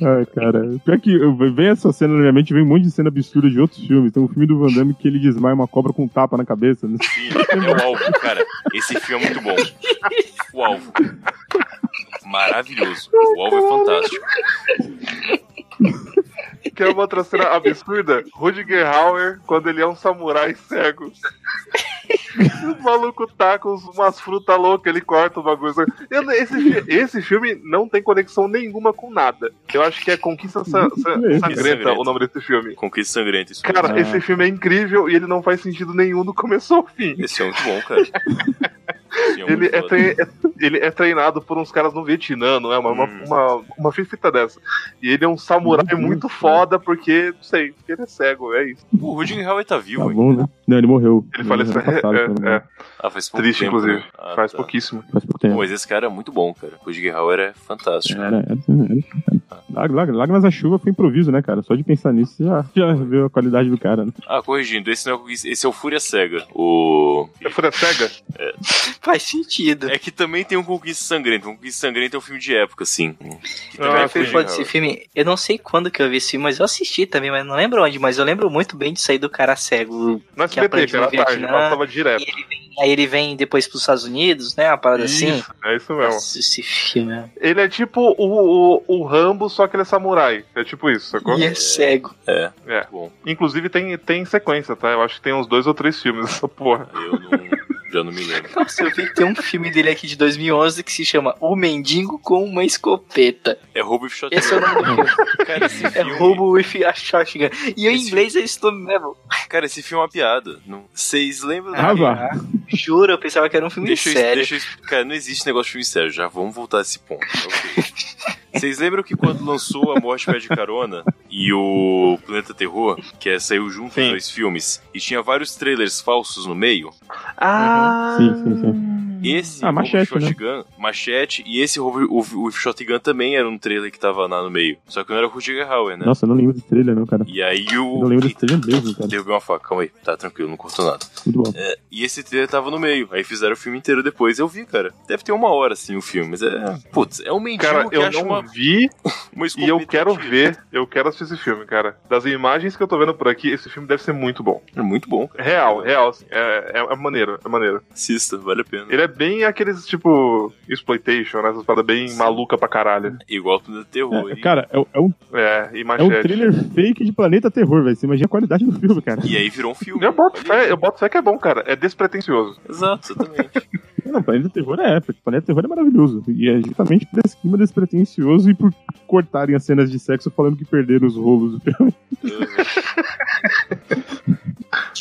S2: Ai, cara. Pior que eu- vem essa cena na minha mente, vem um monte de cena absurda de outros filmes. Tem um filme do Van Damme que ele desmaia uma cobra com um tapa na cabeça. né?
S5: Sim, é o alvo, cara. Esse filme é muito bom. O alvo. Maravilhoso. O alvo é fantástico.
S3: Que é uma outra cena absurda. Rudiger Hauer, quando ele é um samurai cego. O maluco tá com umas frutas loucas, ele corta o bagulho. Eu- Esse, fi- esse filme não tem conexão nenhuma com nada. Eu acho que é Conquista Sa- Sa- Sangrenta o nome desse filme.
S5: Conquista sangrenta, isso mesmo.
S3: Cara,
S2: Ah.
S3: esse filme é incrível e ele não faz sentido nenhum do começo ao fim.
S5: Esse é muito bom, cara. Esse é
S3: Ele
S5: muito
S3: é,
S5: foda.
S3: tre- é- ele é treinado por uns caras no Vietnã, não é? Uma, uma,
S5: Hum.
S3: uma, uma fita dessa. E ele é um samurai
S2: Uhum.
S3: muito foda porque, não sei, porque ele é cego, é isso.
S5: O Rudiger Hauer tá
S2: Tá
S5: vivo, hein?
S2: bom, né? Não, ele morreu.
S3: Ele faleceu.
S2: ano passado, pelo
S3: É,
S2: menos.
S3: é,
S5: Ah, faz pouco
S3: Triste,
S5: tempo,
S3: inclusive.
S5: né? Ah,
S3: faz
S5: tá.
S3: pouquíssimo.
S2: Faz pouco
S5: Pô,
S2: tempo.
S5: Mas esse cara é muito bom, cara. O Rudiger Hauer é fantástico.
S2: Era, era, era. Lá- lá- Lágrimas da chuva foi improviso, né, cara? Só de pensar nisso, você já, já viu a qualidade do cara, né?
S5: Ah, corrigindo, esse, não é, esse é o Fúria Cega. O.
S3: É Fúria Cega?
S4: Faz sentido.
S5: É que também tem um Conquista Sangrento. O Conquista Sangrento é um filme de época, assim. Que também
S3: Ah,
S5: é
S4: Foi
S5: Fuji
S3: entendi.
S4: foda
S5: Hauer.
S4: esse filme. Eu não sei quando que eu vi esse filme, mas eu assisti também, mas não lembro onde. Mas eu lembro muito bem de sair do cara
S5: Hum.
S4: cego.
S3: No SBT,
S4: aprende
S3: que era
S4: no
S3: tarde,
S4: Vietnã.
S3: passava direto.
S4: E ele vem, aí ele vem depois pros Estados Unidos, né? Uma parada assim.
S3: Isso, é isso mesmo.
S4: Nossa, esse filme. é-
S3: Ele é tipo o, o, o Rambo, só que ele é samurai. É tipo isso, sacou?
S4: E é cego.
S5: É.
S3: É.
S5: Bom,
S3: Inclusive tem, tem sequência, tá? Eu acho que tem uns dois ou três filmes essa porra.
S5: eu não. Já não me lembro.
S4: Nossa, eu vi que tem um filme dele aqui de 2011 que se chama O Mendigo com uma Escopeta.
S5: É Roubo e Shotgun.
S4: Esse é o nome do filme.
S5: Cara, esse
S4: É
S5: filme.
S4: Roubo with a Shotgun. E em
S5: Esse
S4: inglês é isso mesmo.
S5: Cara, esse filme é uma piada. Não- Vocês lembram
S2: Ah,
S5: daquele-
S2: vá.
S4: Juro, eu pensava que era um filme
S5: Deixa eu,
S4: sério.
S5: deixa eu- Cara, não existe negócio de filme sério, já vamos voltar a esse ponto. ok. Vocês lembram que quando lançou A Morte Pede Carona e o Planeta Terror, que é, saiu junto
S3: Sim.
S5: os dois filmes, e tinha vários trailers falsos no meio?
S3: Ah!
S2: Uhum. Sim, sim, sim.
S5: Esse
S2: Ah,
S5: Hobo
S2: Machete, né?
S5: Shotgun, Machete, e esse Hobo- o, o Shotgun também era um trailer que tava lá no meio. Só que não era o Rudiger Hauer, né?
S2: Nossa, eu não lembro desse trailer, não, cara.
S5: E aí
S2: Eu
S5: o.
S2: não lembro desse trailer mesmo, cara.
S5: Derrubei uma faca, calma aí. Tá tranquilo, não cortou nada.
S2: Muito bom.
S5: E esse trailer tava no meio. Aí fizeram o filme inteiro depois. Eu vi, cara. Deve ter uma hora, assim, o filme. Mas
S2: Hum.
S5: é. Putz, é um mendigo
S3: Cara,
S5: que
S3: eu
S5: acha
S3: não
S5: uma,
S3: vi
S5: uma
S3: e eu
S5: escopeta
S3: quero
S5: de-
S3: ver. Eu quero assistir esse filme, cara. Das imagens que eu tô vendo por aqui, esse filme deve ser muito bom.
S5: É muito bom, cara.
S3: Real, real. assim, É, é, é maneiro, é maneiro.
S5: Assista, vale a pena.
S3: Ele é bem aqueles, tipo, exploitation, né? Essas paradas bem maluca pra caralho.
S5: Igual pro Terror.
S2: É,
S5: e-
S2: cara, é, é um,
S3: É, e
S2: é um
S3: machete.
S2: trailer fake de Planeta Terror, velho. Você imagina a qualidade do filme, cara.
S5: E aí virou um filme.
S3: Eu boto
S5: Olha
S3: fé,
S5: aí.
S3: eu boto fé que é bom, cara. É despretensioso.
S5: Exato, exatamente.
S2: Não, Planeta Terror é épico. Planeta Terror é maravilhoso. E é justamente por esse clima despretensioso e por cortarem as cenas de sexo falando que perderam os rolos do filme.
S5: Eu-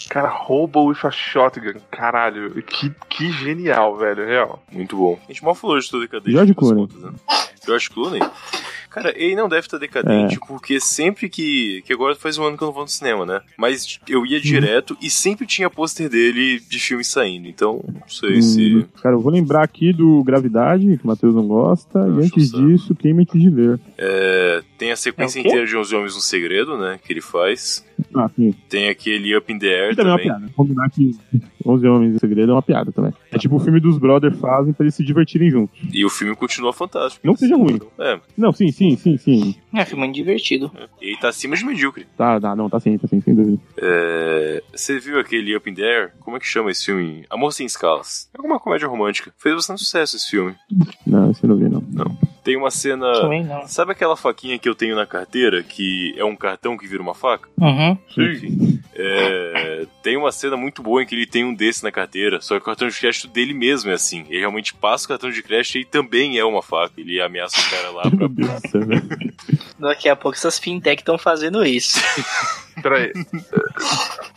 S3: Cara, Robo with a Shotgun. Caralho, que, que genial, velho. Real.
S5: muito bom. A gente mal falou de toda a decadência.
S2: George
S5: no fim das
S2: Clooney.
S5: contas, né? George Clooney? Cara, ele não deve estar decadente,
S2: É.
S5: porque sempre que. Que agora faz um ano que eu não vou no cinema, né? Mas eu
S2: Uhum.
S5: ia direto e sempre tinha pôster dele de filme saindo. Então, não sei se.
S2: Hum, Cara, eu vou lembrar aqui do Gravidade, que o Matheus não gosta.
S5: Eu
S2: e
S5: acho
S2: antes
S5: certo.
S2: disso, queima-te de ver.
S5: É, tem a sequência
S4: É o quê?
S5: inteira de Onze Homens no Segredo, né? Que ele faz.
S2: Ah, sim.
S5: Tem aquele Up in the Air
S2: E também é uma
S5: também.
S2: piada. Vamos combinar que 11 Homens em Segredo é uma piada também. É tipo o filme dos brothers fazem pra eles se divertirem juntos.
S5: E o filme continua fantástico.
S2: Não seja ruim.
S5: É,
S2: Não, sim, sim, sim, sim.
S4: É, foi muito divertido.
S5: ele tá acima de medíocre.
S2: Tá, tá, não, tá sim, tá sim, sem dúvida.
S5: É, Você viu aquele Up in the Air? Como é que chama esse filme? Amor Sem Escalas. É uma comédia romântica. Fez bastante sucesso esse filme.
S2: Não, esse eu não vi, não.
S5: Tem uma cena.
S4: Também não.
S5: Sabe aquela faquinha que eu tenho na carteira, que é um cartão que vira uma faca?
S4: Uhum.
S5: Sim. É, tem uma cena muito boa em que ele tem um desse na carteira, só que o cartão de crédito dele mesmo é assim. Ele realmente passa o cartão de crédito e ele também é uma faca. Ele ameaça o cara lá pra.
S2: Ah, Meu Deus do céu, velho.
S4: Daqui a pouco essas fintech estão fazendo isso.
S3: Peraí,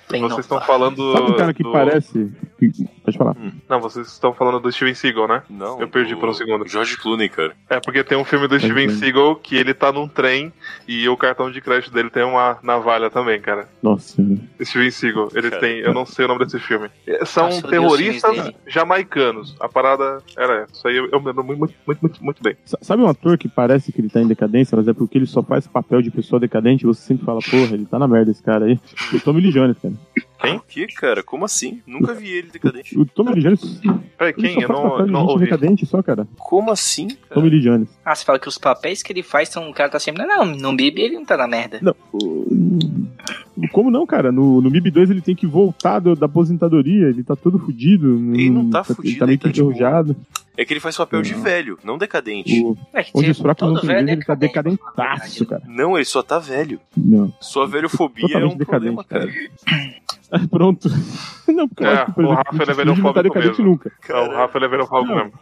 S4: Bem, não.
S3: vocês estão falando.
S2: Sabe o cara que
S3: do-
S2: parece. que- Pode falar.
S3: Não, vocês estão falando do Steven Seagal, né?
S5: Não.
S3: Eu perdi
S5: o-
S3: por um segundo.
S5: George Clooney, cara.
S3: É, porque tem um filme do Steven
S2: Entendi.
S3: Seagal que ele tá num trem e o cartão de crédito dele tem uma navalha também, cara.
S2: Nossa senhora.
S3: Steven Seagal, ele
S5: Cara.
S3: tem. Eu não sei o nome desse filme. É, São
S4: Nossa, eu odeio os
S3: terroristas
S4: filmes
S3: jamaicanos. A parada. Era, isso aí eu, eu me lembro muito, muito, muito, muito bem.
S2: Sa- Sabe um ator que parece que ele tá em decadência, mas é porque ele só faz papel de pessoa decadente e você sempre fala, porra, ele tá na merda esse cara aí. O Tommy Lee Jones, cara.
S5: Quem? O que, cara? Como assim? Nunca vi ele decadente.
S2: O Tommy Lee Jones. ele
S3: Peraí, quem?
S2: só
S3: Eu
S2: faz
S3: não,
S2: papel de
S3: não
S2: gente
S3: ouvi.
S2: decadente só, cara.
S5: Como assim, cara?
S2: Tommy Lee Jones.
S4: Ah, você fala que os papéis que ele faz, são, o cara tá sempre. Não, no Bibi ele não tá na merda.
S2: Não. o- Como não, cara? No, no MIB 2 ele tem que voltar do- da aposentadoria, ele tá todo fudido.
S5: Ele não tá
S2: Ele
S5: fudido,
S2: tá meio
S5: ele
S2: que
S5: tá de boa.
S2: enferrujado.
S5: É que ele faz papel de
S2: Não.
S5: velho, não decadente.
S2: O-
S4: É que
S2: Onde
S4: tem-
S2: os fracos
S4: todo
S2: não se
S4: velho é
S2: vêem, ele tá
S4: decadente, na
S2: decadentaço, cara.
S4: verdade.
S5: Não, ele só tá velho.
S2: Não.
S5: Sua velhofobia é
S2: Totalmente tá
S5: um
S2: decadente,
S5: problema, cara.
S2: Pronto. Não, porque eu
S3: É,
S2: acho que, por
S3: o
S2: exemplo,
S3: Rafa,
S2: o
S3: ele é
S2: Didi não tá
S3: velhofóbico
S2: decadente
S3: mesmo.
S2: nunca.
S3: É, o Rafa ele é
S2: Não.
S3: velofóbico mesmo.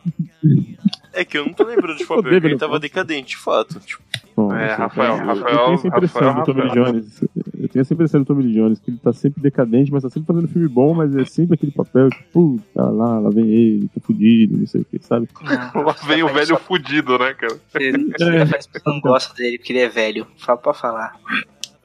S5: É que eu não tô lembrando de papel é
S2: Odeio
S5: que ele tava
S2: velhofóbico.
S5: decadente, de fato. Tipo,
S2: Bom,
S3: É,
S2: não sei,
S3: Rafael,
S2: eu- Eu
S3: Rafael,
S2: tenho essa impressão
S3: Rafael, é
S2: do Tommy Lee
S3: Rafael.
S2: Jones. Eu tenho essa impressão do Tommy Lee Jones, que ele tá sempre decadente, mas tá sempre fazendo filme bom, mas é sempre aquele papel que, puta lá, lá vem ele, tá fudido, não sei o que, sabe? Tá
S4: Não,
S3: Lá vem o
S4: Rafael
S3: velho
S4: só-
S3: fudido, né, cara?
S4: Você já faz não gosta dele porque ele é velho. Fala pra falar.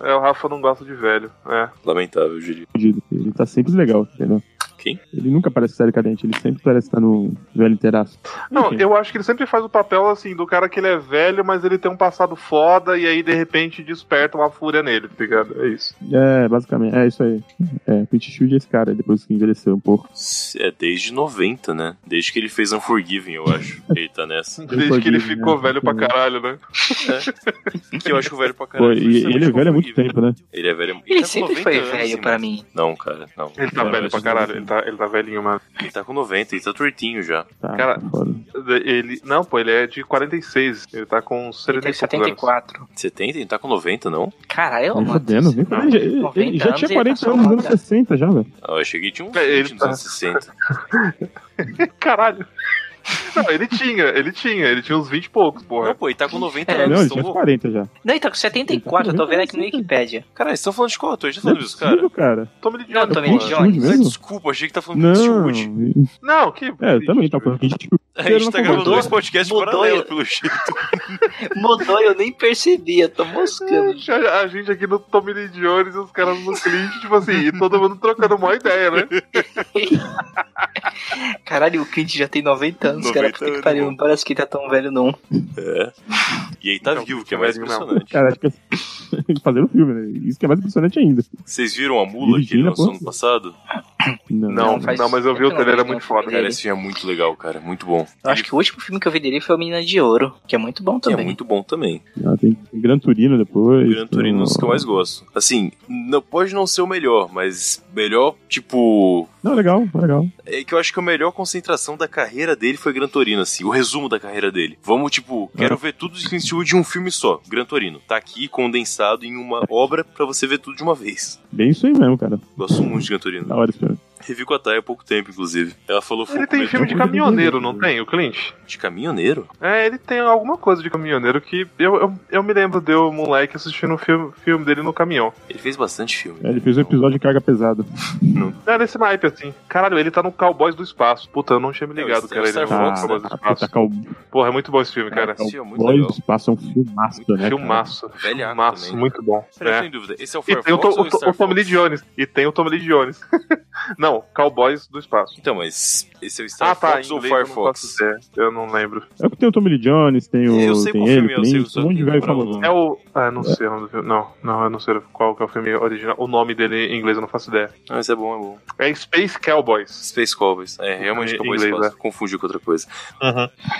S3: É, o Rafa não gosta de velho. É.
S5: lamentável, eu diria.
S2: Fudido. Ele tá sempre legal, entendeu?
S5: Quem?
S2: Ele nunca parece estar decadente, ele sempre parece estar no velho inteiraço.
S3: Não,
S2: Enfim.
S3: eu acho que ele sempre faz o papel assim do cara que ele é velho, mas ele tem um passado foda e aí de repente desperta uma fúria nele, tá ligado? É isso.
S2: É, basicamente, é isso aí. É, o Pete Shield é esse cara, depois que envelheceu um pouco.
S5: É desde 90, né? Desde que ele fez Unforgiven, eu acho. Ele tá nessa.
S3: Desde que ele
S2: Forgive,
S3: ficou
S2: né?
S3: velho pra caralho, né?
S5: Que eu acho velho pra
S2: Pô,
S5: caralho.
S2: e ele é velho há muito
S5: Unforgiven.
S2: tempo, né?
S5: Ele é velho.
S4: Ele
S5: tá com
S4: sempre
S5: 90
S4: foi
S5: anos,
S4: velho
S5: hein,
S4: pra
S5: mano?
S4: mim.
S5: Não, cara, não.
S3: Ele tá
S5: Cara,
S3: velho pra caralho, ele tá, ele tá velhinho, mano.
S5: Ele tá com 90, ele tá tortinho já.
S2: Tá,
S3: Cara-
S2: tá foda.
S3: Ele. Não, pô, ele é de 46. Ele tá com uns
S4: Ele
S3: 70
S4: tem
S3: e poucos anos.
S4: 74.
S5: 70, ele tá com 90, não?
S4: Caralho,
S2: Nem
S4: mano.
S2: fodendo, nem fodendo. Ele já-
S4: 90
S2: Ele já
S4: anos,
S2: tinha
S4: ele
S2: 40
S4: passou
S2: anos nos
S4: mal,
S2: anos
S4: cara.
S2: 60 já, velho.
S5: Ah, eu cheguei tinha uns
S3: É,
S5: 20
S3: ele
S5: nos
S3: tá-
S5: anos 60.
S3: Caralho. Não, ele tinha, ele tinha, ele tinha uns 20 e poucos,
S5: Não,
S3: porra.
S5: pô, ele tá com 90
S4: É,
S5: anos.
S2: Não,
S5: vocês
S2: ele
S5: tão
S2: tinha uns
S5: loucos?
S2: 40 já.
S4: Não, ele tá com 74, eu tô vendo aqui no Wikipedia.
S5: Caralho, vocês estão falando de qual ator? Já
S2: Não é
S5: falando disso, cara?
S2: possível, cara.
S3: Tome ele de
S4: Não,
S3: olho,
S4: Tommy
S3: pô.
S4: Lee
S2: Pô,
S4: Jones.
S2: Jones mesmo?
S5: Desculpa, achei que tá falando de
S2: Não,
S5: Eastwood.
S3: Não, que.
S2: é, eu também tá falando que a gente
S5: A gente tá
S2: Eu não
S5: gravando
S4: concordo.
S5: dois podcasts
S4: Mudou,
S5: paralelo,
S4: eu-
S5: pelo jeito.
S4: Mudou, eu nem percebi, eu tô moscando.
S3: Já- A gente aqui no Tommy Lee Jones e os caras no Clint, tipo assim, e todo mundo trocando uma ideia, né?
S4: Caralho, o Clint já tem 90 anos, cara.
S5: 90
S4: Puta que
S5: anos,
S4: pariu,
S5: mano.
S4: não parece que ele tá tão velho, não.
S5: É. E aí tá
S3: Não,
S5: vivo, que é mais
S3: não.
S5: impressionante.
S2: né, Cara, acho que fazer um filme, né? Isso que é mais impressionante ainda.
S5: Vocês viram a mula que ele
S2: Dirigindo,
S5: lançou
S2: pô.
S5: ano passado?
S3: Não, não,
S4: faz-
S3: mas eu vi o trailer, é muito foda.
S5: Cara,
S4: Dele.
S5: esse filme é muito legal, cara. Muito bom.
S4: né? Eu acho que o último filme que eu vi dele foi o Menina de Ouro, que é muito bom
S5: Que é
S4: também.
S5: muito bom também.
S2: Ah, tem Gran Turino depois.
S5: Gran Turino é um dos que eu mais gosto. Assim, não, pode não ser o melhor, mas melhor, tipo.
S2: Não, legal, legal.
S5: É que eu acho que a melhor concentração da carreira dele foi Gran Torino, assim, o resumo da carreira dele. Vamos, tipo,
S2: É.
S5: quero ver tudo de Clint Eastwood de um filme só, Gran Torino. Tá aqui condensado em uma obra pra você ver tudo de uma vez.
S2: Bem isso aí mesmo, cara.
S5: Gosto muito de Gran Torino.
S2: Da hora esse filme.
S5: Revi com a Thay há pouco tempo, inclusive. Ela falou foi
S3: Ele
S5: o
S3: tem
S5: melhor
S3: filme de
S2: Tommy Lee
S3: caminhoneiro,
S2: Jones,
S3: não
S2: né?
S3: tem, o Clint?
S5: de caminhoneiro?
S3: É, ele tem alguma coisa de caminhoneiro que eu, eu, eu me lembro de um moleque assistindo o filme, filme dele no caminhão.
S5: Ele fez bastante filme.
S2: É, ele fez um episódio de carga pesada.
S3: Não, nesse naipe assim. Caralho, ele tá no Cowboys do Espaço. Puta, eu não tinha me
S5: Não,
S3: ligado,
S5: Star-
S3: cara. Ele
S5: Star
S3: não tá
S5: Fox,
S3: no Cowboys do
S2: Ah, puta,
S3: Espaço.
S2: Cal-
S3: Porra, é muito bom esse filme, cara.
S5: Esse filme é muito
S2: Cowboy
S5: legal.
S2: do Espaço é um filmaço, né? cara?
S3: Filmaço.
S5: Velhaco
S3: Filmaço,
S5: também.
S3: muito bom.
S5: Peraí, eu
S3: É.
S5: tô em dúvida. Esse é o
S3: E
S5: Firefox
S3: tem o, To-
S5: ou
S3: o, To-
S5: Star
S3: o Tommy Lee
S5: Fox?
S3: Jones. E tem o Tommy Lee Jones. não, Não, Cowboys do Espaço.
S5: Então, mas esse é o Star
S3: Ah, tá,
S5: Fox
S3: em
S5: ou
S3: inglês eu não
S5: Firefox?
S3: faço ideia, eu não lembro.
S2: É porque tem o Tommy Lee Jones, tem o.
S5: Eu sei
S2: tem
S5: qual
S2: ele,
S5: filme é, eu
S2: tem
S5: sei o
S2: um monte de
S5: Santinho,
S2: velho
S5: Bravo.
S2: famoso.
S3: É o. Ah, não sei o nome do filme. Não, não, eu não sei qual que é o filme original. O nome dele em inglês eu não faço ideia.
S5: Ah, mas é bom, é bom.
S3: É Space Cowboys.
S5: Space Cowboys. É, realmente
S3: Em
S5: Cowboys
S3: inglês,
S5: Espaço. Confundiu com outra coisa.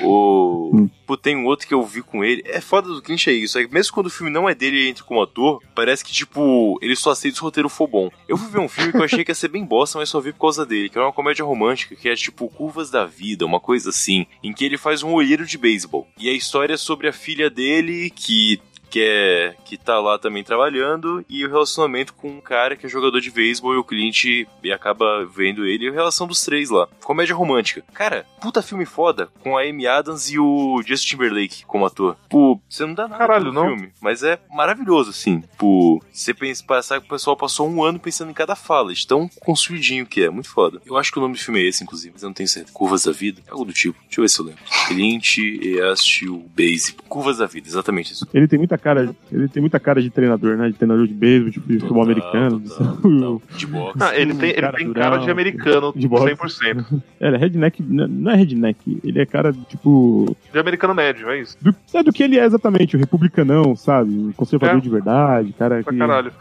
S5: O...
S2: Hum.
S5: Pô, tem um outro que eu vi com ele. É foda do Clint é isso. É que mesmo quando o filme não é dele e ele entra como ator, parece que, tipo, ele só aceita se o roteiro for bom. Eu fui ver um filme que eu achei que ia ser bem bosta, mas só vi por causa dele, que era uma comédia romântica, que é tipo Curvas da Vida, uma coisa assim, em que ele faz um olheiro de beisebol. E a história é sobre a filha dele que que, é, que tá lá também trabalhando, e o relacionamento com um cara que é jogador de beisebol e o cliente e acaba vendo ele, e a relação dos três lá. Comédia romântica. Cara, puta filme foda, com a Amy Adams e o Justin Timberlake como ator. Pô, você não dá nada
S3: Caralho,
S5: pelo
S3: não.
S5: filme, mas é maravilhoso, assim. Pô, você pensa, passar que o pessoal passou um ano pensando em cada fala, de tão construidinho que é, muito foda. Eu acho que o nome do filme é esse, inclusive, mas eu não tenho certeza. Curvas da Vida, algo do tipo. Deixa eu ver se eu lembro. Cliente e assistiu Base. Curvas da Vida, exatamente isso.
S2: Ele tem muita cara, ele tem muita cara de treinador, né? De treinador de beisebol, de futebol
S5: Total,
S2: americano. de-
S5: total, total. De Ah, boxe.
S3: Não, ele
S2: Sim,
S3: tem, ele
S2: cara
S3: tem
S2: durão.
S3: cara de americano,
S2: De bosta.
S3: 100%.
S2: É, ele é redneck, n- não é redneck, ele é cara tipo
S3: De americano médio, é isso.
S2: do, é do que ele é exatamente, o republicanão, sabe? O conservador
S3: É.
S2: de verdade, cara
S3: Pra
S2: que
S3: caralho.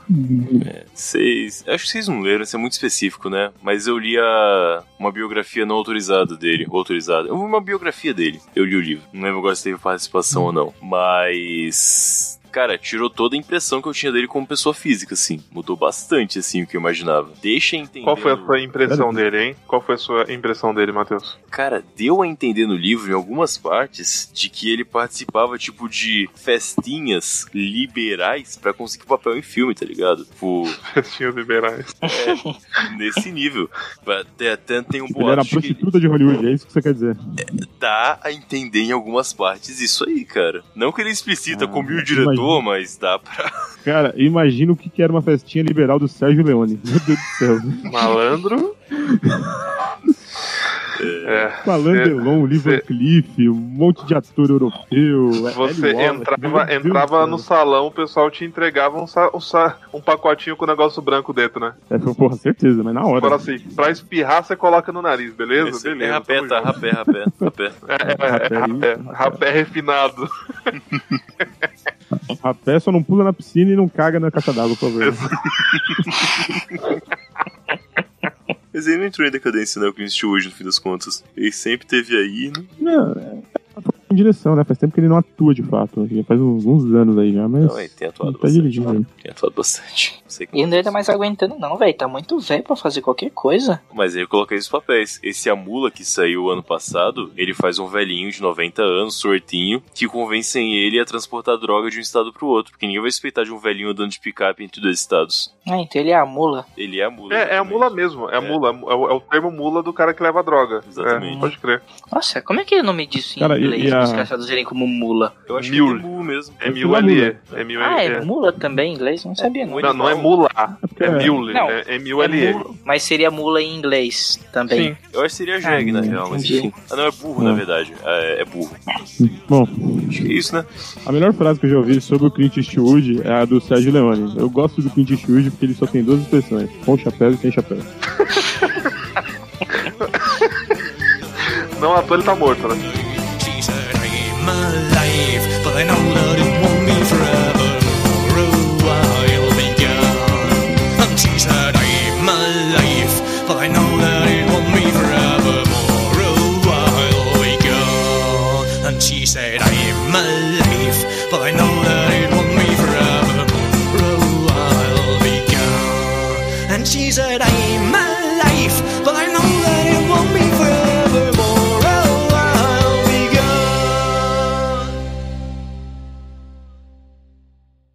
S5: é, Vocês. Acho que vocês não leram, isso é muito específico, né? Mas eu li a... uma biografia não autorizada dele. ou Autorizada. Eu vi uma biografia dele. Eu li o livro. Não lembro agora se teve participação ou não. Mas. Cara, tirou toda a impressão que eu tinha dele como pessoa física, assim. Mudou bastante, assim, o que eu imaginava. Deixa entender.
S3: Qual foi a
S5: no-
S3: sua impressão dele, hein? Qual foi a sua impressão dele, Matheus?
S5: Cara, deu a entender no livro, em algumas partes, de que ele participava, tipo, de festinhas liberais pra conseguir papel em filme, tá ligado? Tipo,
S3: Festinhas liberais.
S5: nesse nível. Até, até tem um
S2: tipo, ele era
S5: boato de que ele
S2: prostituta de Hollywood, é isso que você quer dizer.
S5: dá a entender em algumas partes isso aí, cara. Não que ele explicita
S2: Ah,
S5: como o diretor, mas dá pra...
S2: Cara, imagina o que que era uma festinha liberal do Sérgio Leone. Meu Deus do céu.
S3: Malandro. é.
S2: Falando
S3: Cê-
S2: Delon, Liver
S3: cê-
S2: Cliff, um monte de ator europeu. é,
S3: Você
S2: Eli Wallach, meu
S3: entrava,
S2: Deus
S3: entrava
S2: do
S3: no
S2: céu.
S3: salão, o pessoal te entregava um, sa- um, sa- um pacotinho com o negócio branco dentro, né?
S2: É, foi- porra, certeza, mas na hora.
S3: Agora assim, pra espirrar, você coloca no nariz, beleza?
S5: Esse-
S3: beleza.
S5: é rapé,
S3: tamo
S5: tá?
S3: junto.
S5: Rapé, rapé, rapé.
S3: É, é, rapé, rapé refinado.
S2: Rapé só não pula na piscina e não caga na caixa d'água, por favor.
S5: Mas ele não entrou em decadência, né, o Clint Eastwood, no fim das contas. Ele sempre teve aí, né?
S2: Não, é, tá em direção, né? Faz tempo que ele não atua de fato. Já faz uns, uns anos aí já, mas.
S3: Então
S5: Não,
S3: é
S5: ele tem atuado
S2: ele tá
S5: bastante.
S2: dirigindo.
S5: Tem atuado bastante. Não sei como-
S4: E não tá mais aguentando, não, velho. Tá muito velho pra fazer qualquer coisa.
S5: Mas aí eu coloquei os papéis. Esse Amula que saiu ano passado, ele faz um velhinho de 90 anos, sortinho, que convencem ele a transportar droga de um estado pro outro. Porque ninguém vai suspeitar de um velhinho andando de picape entre dois estados.
S4: Ah, então ele é a mula.
S5: Ele é a mula.
S3: É, é a
S5: exatamente.
S3: mula mesmo, é a
S5: É.
S3: mula, é o, é o termo mula do cara que leva droga.
S5: Exatamente.
S3: É, pode crer.
S4: Nossa, como é que é o nome disso em
S2: Cara, e-
S4: inglês?
S2: e a-
S4: Os caras traduzirem como mula.
S5: Eu acho
S3: Mule.
S5: que é mule mesmo.
S3: É
S2: Eu
S3: mil
S2: fui na
S3: LE.
S2: mula.
S3: É mil
S4: Ah, é
S3: LE.
S4: mula também em inglês? Não sabia, não.
S3: Não, não é mula, é mule,
S4: Não,
S3: é, é mil LE.
S4: É mula, mas seria mula em inglês também.
S5: Eu acho que seria jegue, na
S2: Ah,
S5: real, mas
S4: entendi.
S5: enfim. Ah, não, é burro,
S2: Ah.
S5: na verdade. É, é burro.
S2: Bom,
S5: Acho que é isso, né?
S2: a melhor frase que eu já ouvi sobre o Clint Eastwood é a do Sérgio Leone. Eu gosto do Clint Eastwood porque ele só tem duas expressões: com chapéu e sem chapéu.
S3: Não, ator ele tá morto, né?
S6: She said, I'm alive, but I know that it won't be forever. For a while be gone. And she said, I'm alive, but I know that it won't be forever. For a while be gone. And she said, I'm alive, but I know that it won't be forever. For a while be Oh, gone. And she said, I'm Oh,